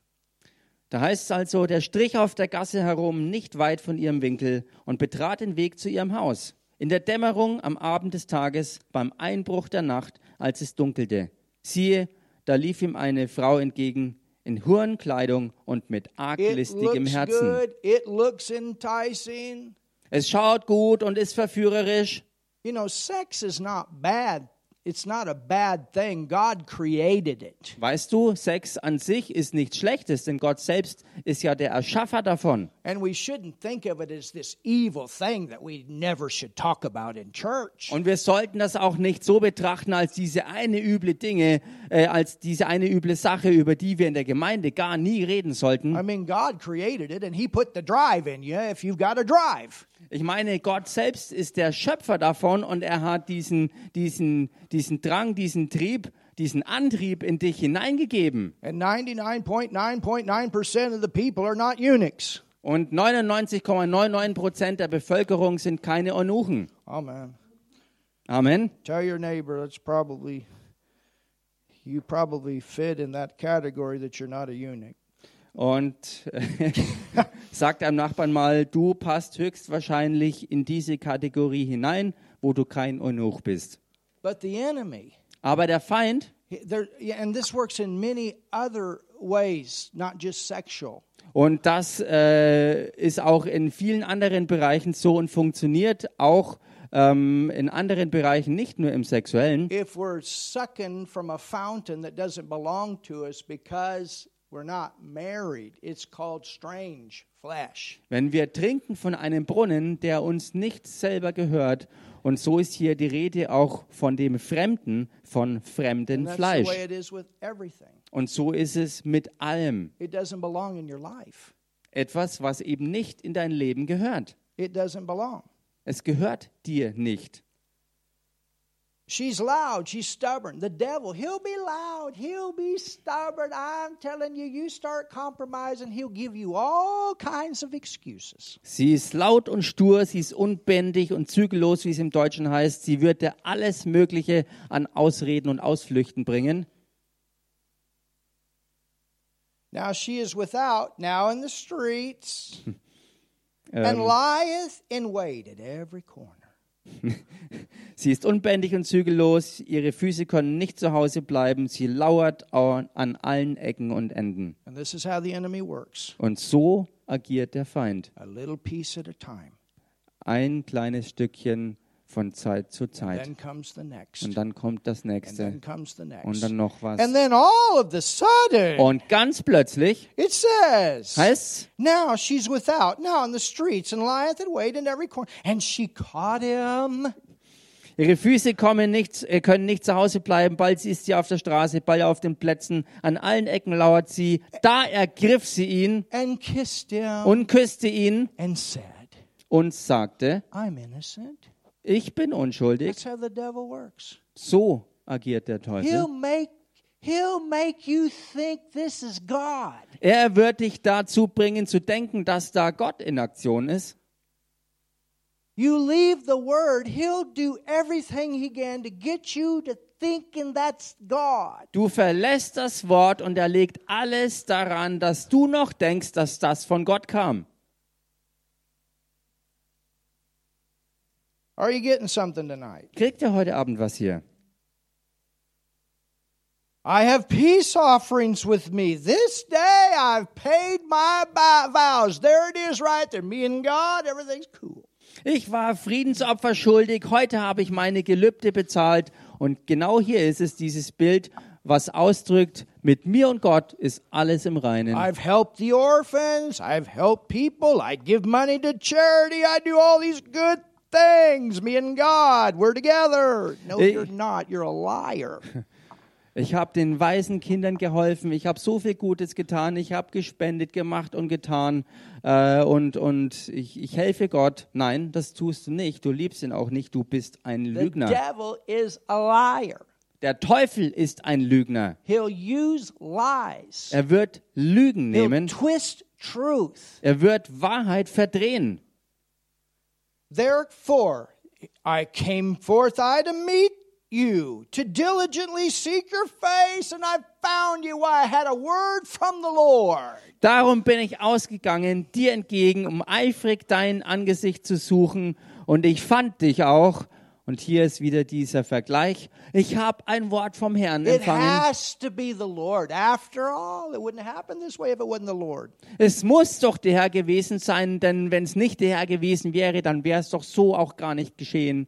Speaker 2: Da heißt es also, der strich auf der Gasse herum, nicht weit von ihrem Winkel, und betrat den Weg zu ihrem Haus. In der Dämmerung am Abend des Tages, beim Einbruch der Nacht, als es dunkelte. Siehe, da lief ihm eine Frau entgegen, in Hurenkleidung und mit
Speaker 1: It
Speaker 2: arglistigem
Speaker 1: looks
Speaker 2: Herzen.
Speaker 1: good. It looks enticing.
Speaker 2: Es schaut gut und ist verführerisch.
Speaker 1: You know, sex is not bad. It's not a bad thing. God created it.
Speaker 2: Weißt du, Sex an sich ist nichts Schlechtes, denn Gott selbst ist ja der Erschaffer davon.
Speaker 1: And we shouldn't think of it as this evil thing that we never should talk about in church.
Speaker 2: Und wir sollten das auch nicht so betrachten als diese eine üble Dinge, äh, als diese eine üble Sache, über die wir in der Gemeinde gar nie reden sollten.
Speaker 1: I mean, God created it and He put the drive in you if you've got a drive.
Speaker 2: Ich meine, Gott selbst ist der Schöpfer davon und er hat diesen, diesen, diesen Drang, diesen Trieb, diesen Antrieb in dich hineingegeben.
Speaker 1: And 99.9.9% of the people are not eunuchs.
Speaker 2: Und 99,99 Prozent der Bevölkerung sind keine Eunuchen.
Speaker 1: Amen.
Speaker 2: Amen.
Speaker 1: Oh, Tell your neighbor that's probably, you probably fit in that category that you're not a eunuch.
Speaker 2: Und äh, sagt einem Nachbarn mal, du passt höchstwahrscheinlich in diese Kategorie hinein, wo du kein Eunuch bist.
Speaker 1: But the enemy,
Speaker 2: Aber der Feind,
Speaker 1: There, yeah, and this works in many other ways, not just sexual.
Speaker 2: und das äh, ist auch in vielen anderen Bereichen so und funktioniert auch ähm, in anderen Bereichen, nicht nur im sexuellen.
Speaker 1: If we're sucking from a fountain that doesn't belong to us because we're not married, it's called strange flesh.
Speaker 2: Wenn wir trinken von einem Brunnen, der uns nicht selber gehört, und so ist hier die Rede auch von dem Fremden, von
Speaker 1: And
Speaker 2: fremdem
Speaker 1: that's
Speaker 2: Fleisch.
Speaker 1: the way it is with everything.
Speaker 2: Und so ist es mit allem.
Speaker 1: It doesn't belong in your life.
Speaker 2: Etwas, was eben nicht in dein Leben gehört.
Speaker 1: It doesn't belong.
Speaker 2: Es gehört dir nicht.
Speaker 1: She's loud. She's stubborn. The devil, he'll be loud. He'll be stubborn. I'm telling you, you start compromising, he'll give you all kinds of excuses.
Speaker 2: Sie ist laut und stur, sie ist unbändig und zügellos, wie es im Deutschen heißt. Sie wird dir alles Mögliche an Ausreden und Ausflüchten bringen.
Speaker 1: Now she is without, now in the streets, and
Speaker 2: Ähm,
Speaker 1: lieth in wait at every corner.
Speaker 2: Sie ist unbändig und zügellos, ihre Füße können nicht zu Hause bleiben, sie lauert au- an allen Ecken und Enden.
Speaker 1: And this is how the enemy works
Speaker 2: Und so agiert der Feind.
Speaker 1: a little piece at a time.
Speaker 2: Ein kleines Stückchen von Zeit zu Zeit.
Speaker 1: Then comes the next.
Speaker 2: Und dann kommt das
Speaker 1: And then
Speaker 2: nächste
Speaker 1: comes the next.
Speaker 2: und dann noch was.
Speaker 1: And then all of the sudden,
Speaker 2: Und ganz plötzlich
Speaker 1: it says,
Speaker 2: heißt
Speaker 1: Now she's without, now in the streets, and lieth in wait in every corner. And she caught him.
Speaker 2: Ihre Füße kommen nicht, äh, können nicht zu Hause bleiben. Bald ist sie auf der Straße, bald auf den Plätzen. An allen Ecken lauert sie. Da ergriff sie ihn
Speaker 1: and kissed him
Speaker 2: und küsste ihn
Speaker 1: and said,
Speaker 2: und sagte,
Speaker 1: I'm innocent.
Speaker 2: ich bin unschuldig.
Speaker 1: That's how the devil works.
Speaker 2: So agiert der
Speaker 1: He'll
Speaker 2: Teufel.
Speaker 1: make he'll make you think this is God.
Speaker 2: Er wird dich dazu bringen zu denken, dass da Gott in Aktion ist.
Speaker 1: You leave the word, he'll do everything he can to get you to thinking that's God.
Speaker 2: Du verlässt das Wort und er legt alles daran, dass du noch denkst, dass das von Gott kam.
Speaker 1: Are you getting something tonight?
Speaker 2: Kriegt ihr heute Abend was hier?
Speaker 1: I have peace offerings with me. This day I've paid my bi- vows. There it is right there. Me and God, everything's cool.
Speaker 2: Ich war Friedensopfer schuldig, heute habe ich meine Gelübde bezahlt. Und genau hier ist es dieses Bild, was ausdrückt, mit mir und Gott ist alles im Reinen.
Speaker 1: I've helped the orphans. I've helped people. I give money to charity. I do all these good things. Me and God, we're together. No,
Speaker 2: Eh.
Speaker 1: you're not. You're a liar.
Speaker 2: Ich habe den weißen Kindern geholfen, ich habe so viel Gutes getan, ich habe gespendet, gemacht und getan äh, und, und ich, ich helfe Gott. Nein, das tust du nicht, du liebst ihn auch nicht, du bist ein
Speaker 1: The
Speaker 2: Lügner.
Speaker 1: devil is a liar.
Speaker 2: Der Teufel ist ein Lügner.
Speaker 1: He'll use lies.
Speaker 2: Er wird Lügen
Speaker 1: He'll
Speaker 2: nehmen,
Speaker 1: twist truth.
Speaker 2: er wird Wahrheit verdrehen.
Speaker 1: Therefore, I came forth I to meet you, to diligently seek your face, and I found you. I had a word from the Lord.
Speaker 2: Darum bin ich ausgegangen, dir entgegen, um eifrig dein Angesicht zu suchen. Und ich fand dich auch. Und hier ist wieder dieser Vergleich. Ich habe ein Wort vom Herrn
Speaker 1: It
Speaker 2: empfangen.
Speaker 1: has to be the Lord. After all, it wouldn't happen this way if it wasn't the Lord.
Speaker 2: Es muss doch der Herr gewesen sein, denn wenn es nicht der Herr gewesen wäre, dann wäre es doch so auch gar nicht geschehen.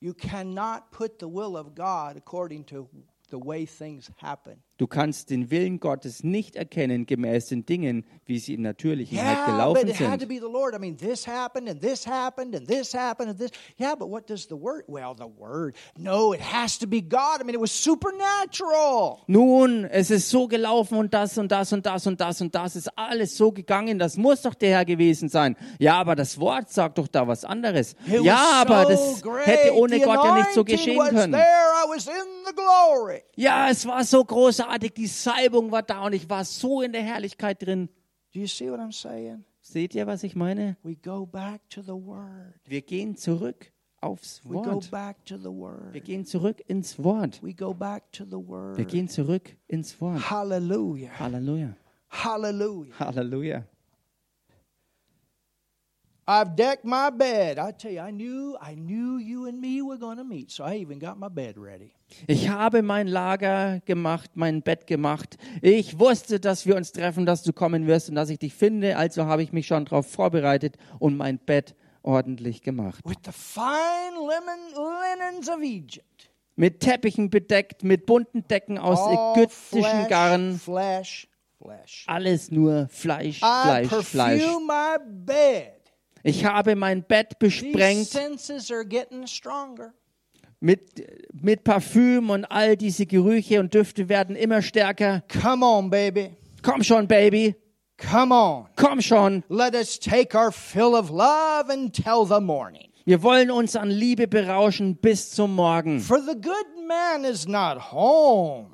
Speaker 1: You cannot put the will of God according to the way things happen.
Speaker 2: Du kannst den Willen Gottes nicht erkennen, gemäß den Dingen, wie sie im Natürlichen halt
Speaker 1: Yeah, but
Speaker 2: gelaufen
Speaker 1: it had to
Speaker 2: sind.
Speaker 1: be the Lord. I mean, this happened and this happened and this happened and this. Yeah, but what does the word? Well, the word. No, it has to be God. I mean, it was supernatural.
Speaker 2: Nun, es ist so gelaufen und das und das und das und das und das ist alles so gegangen. Das muss doch der Herr gewesen sein. Ja, aber das Wort sagt doch da was anderes.
Speaker 1: It
Speaker 2: Ja,
Speaker 1: was
Speaker 2: aber
Speaker 1: so
Speaker 2: das
Speaker 1: great.
Speaker 2: hätte ohne
Speaker 1: The
Speaker 2: Gott ja nicht so
Speaker 1: anointing
Speaker 2: geschehen
Speaker 1: was
Speaker 2: können.
Speaker 1: There, I was in the glory.
Speaker 2: Ja, es war so großartig. Die Salbung war da und ich war so in der Herrlichkeit drin.
Speaker 1: Do you see what I'm saying?
Speaker 2: Seht ihr, was ich meine?
Speaker 1: We go back to the word.
Speaker 2: Wir gehen zurück aufs
Speaker 1: We go
Speaker 2: Wort.
Speaker 1: back to the
Speaker 2: Wir
Speaker 1: word.
Speaker 2: gehen zurück ins Wort.
Speaker 1: We go back to the
Speaker 2: Wir
Speaker 1: word.
Speaker 2: gehen zurück ins Wort.
Speaker 1: Hallelujah.
Speaker 2: Halleluja.
Speaker 1: Hallelujah.
Speaker 2: Halleluja.
Speaker 1: I've decked my bed. I tell you, I knew I knew you and me were going to meet, so I even got my bed ready.
Speaker 2: Ich habe mein Lager gemacht, mein Bett gemacht. Ich wusste, dass wir uns treffen, dass du kommen wirst und dass ich dich finde. Also habe ich mich schon darauf vorbereitet und mein Bett ordentlich gemacht.
Speaker 1: With the fine lemon, linens of Egypt.
Speaker 2: Mit Teppichen bedeckt, mit bunten Decken aus ägyptischen
Speaker 1: flesh,
Speaker 2: Garn.
Speaker 1: Flesh, flesh.
Speaker 2: Alles nur
Speaker 1: I
Speaker 2: Fleisch, Fleisch, Fleisch.
Speaker 1: perfume my bed.
Speaker 2: Ich habe mein Bett
Speaker 1: These
Speaker 2: besprengt
Speaker 1: senses are getting stronger.
Speaker 2: mit, mit Parfüm und all diese Gerüche und Düfte werden immer stärker.
Speaker 1: Come on, baby.
Speaker 2: Komm schon, Baby,
Speaker 1: Come on.
Speaker 2: komm schon.
Speaker 1: Let us take our fill of love until the morning.
Speaker 2: Wir wollen uns an Liebe berauschen bis zum Morgen.
Speaker 1: For the good man is not home.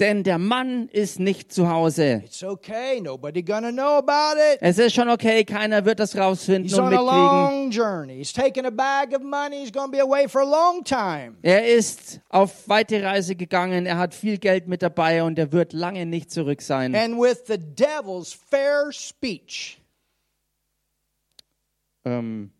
Speaker 2: Denn der Mann ist nicht zu Hause.
Speaker 1: It's okay. Nobody gonna know about it.
Speaker 2: Es ist schon okay, keiner wird das rausfinden
Speaker 1: He's
Speaker 2: und
Speaker 1: on a
Speaker 2: mitkriegen.
Speaker 1: long journey. He's taking a bag of money. He's gonna be away for a long time.
Speaker 2: Er ist auf weite Reise gegangen, er hat viel Geld mit dabei und er wird lange nicht zurück sein.
Speaker 1: And with the devil's fair speech.
Speaker 2: Ähm,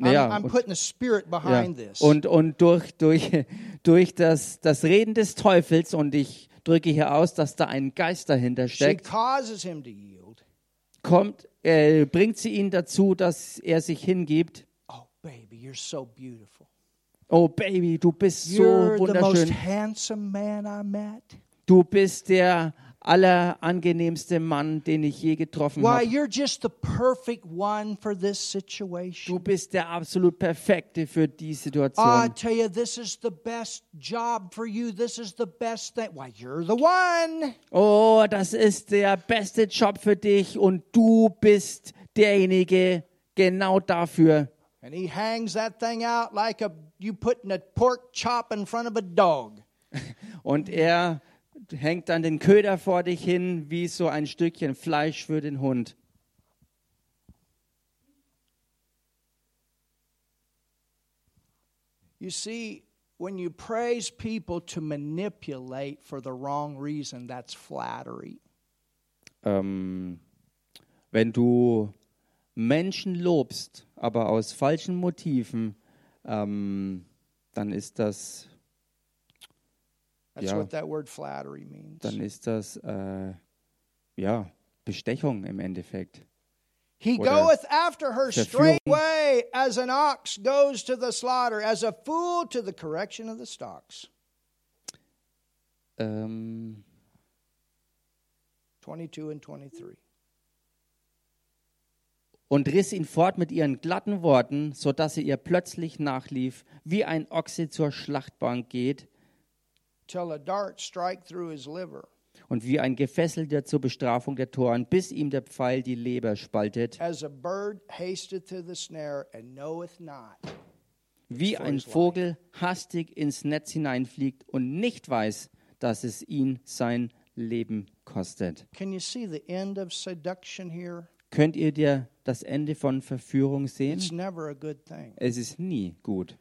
Speaker 1: I'm,
Speaker 2: ja,
Speaker 1: I'm
Speaker 2: und-
Speaker 1: putting the spirit
Speaker 2: Ja.
Speaker 1: behind this.
Speaker 2: Und, und durch, durch, durch das, das Reden des Teufels, und ich drücke hier aus, dass da ein Geist dahinter
Speaker 1: she
Speaker 2: steckt,
Speaker 1: causes him to yield.
Speaker 2: kommt, äh, bringt sie ihn dazu, dass er sich hingibt.
Speaker 1: Oh, baby, you're so beautiful.
Speaker 2: Oh Baby, du bist so
Speaker 1: You're the most
Speaker 2: wunderschön.
Speaker 1: handsome man I met.
Speaker 2: Du bist der allerangenehmste Mann, den ich je getroffen
Speaker 1: Why,
Speaker 2: habe.
Speaker 1: you're just the perfect one for this
Speaker 2: Du
Speaker 1: situation.
Speaker 2: bist der absolut perfekte für die Situation.
Speaker 1: Ah, I tell you, this is the best job for you. This is the best thing. Why, you're the one.
Speaker 2: Oh, das ist der beste Job für dich und du bist derjenige genau dafür.
Speaker 1: And he hangs that thing out like a you putting a pork chop in front of a dog.
Speaker 2: Und er hängt dann den Köder vor dich hin, wie so ein Stückchen Fleisch für den Hund.
Speaker 1: You see, when you praise people to manipulate for the wrong reason, that's flattery.
Speaker 2: Ähm, wenn du Menschen lobst, aber aus falschen Motiven, ähm, dann ist das,
Speaker 1: That's
Speaker 2: Yeah.
Speaker 1: what that word flattery means.
Speaker 2: dann ist das, äh, ja, Bestechung im Endeffekt.
Speaker 1: He
Speaker 2: What
Speaker 1: goeth after her
Speaker 2: Verführung.
Speaker 1: straightway as an ox goes to the slaughter, as a fool to the correction of the stocks.
Speaker 2: Ähm,
Speaker 1: 22 and 23.
Speaker 2: und riss ihn fort mit ihren glatten Worten, so dass sie ihr plötzlich nachlief, wie ein Ochse zur Schlachtbank geht
Speaker 1: Till a dart strike through his liver,
Speaker 2: und wie ein Gefesselter zur Bestrafung der Toren, bis ihm der Pfeil die Leber spaltet,
Speaker 1: as a bird hasteth to the snare and knoweth not.
Speaker 2: wie ein Vogel hastig ins Netz hineinfliegt und nicht weiß, dass es ihn sein Leben kostet.
Speaker 1: Can you see the end of seduction here?
Speaker 2: Könnt ihr dir das Ende von Verführung
Speaker 1: It's
Speaker 2: sehen?
Speaker 1: never a good thing.
Speaker 2: Es ist nie gut.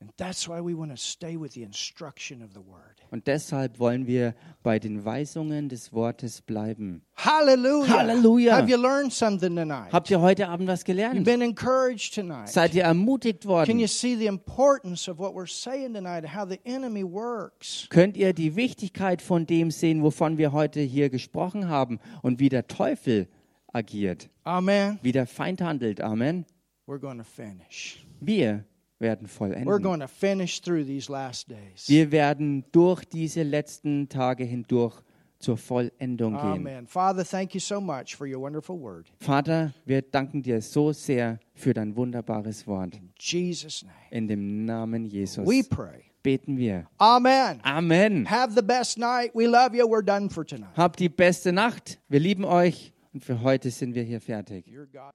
Speaker 1: And that's why we want to stay with the instruction of the word.
Speaker 2: Und deshalb wollen wir bei den Weisungen des Wortes bleiben.
Speaker 1: Hallelujah.
Speaker 2: Hallelujah.
Speaker 1: Have you learned something tonight?
Speaker 2: Habt ihr heute Abend was
Speaker 1: You've
Speaker 2: gelernt?
Speaker 1: been encouraged tonight.
Speaker 2: Seid ihr ermutigt
Speaker 1: Can you
Speaker 2: worden?
Speaker 1: see the importance of what we're saying tonight and how the enemy works?
Speaker 2: Könnt ihr die Wichtigkeit von dem sehen, wovon wir heute hier gesprochen haben und wie der Teufel agiert,
Speaker 1: Amen.
Speaker 2: wie der Feind handelt? Amen.
Speaker 1: We're going to finish.
Speaker 2: Wir werden
Speaker 1: We're
Speaker 2: vollenden.
Speaker 1: going to finish through these last days.
Speaker 2: Wir werden durch diese letzten Tage hindurch zur Vollendung gehen.
Speaker 1: Amen. Father, thank you so much for your wonderful word.
Speaker 2: Vater, wir danken dir so sehr für dein wunderbares Wort.
Speaker 1: In Jesus' name.
Speaker 2: In dem Namen
Speaker 1: We
Speaker 2: Jesus
Speaker 1: pray.
Speaker 2: beten wir.
Speaker 1: Amen.
Speaker 2: Amen.
Speaker 1: Have the best night. We love you. We're done for tonight.
Speaker 2: Habt die beste Nacht. Wir lieben euch und für heute sind wir hier fertig.
Speaker 1: Your God.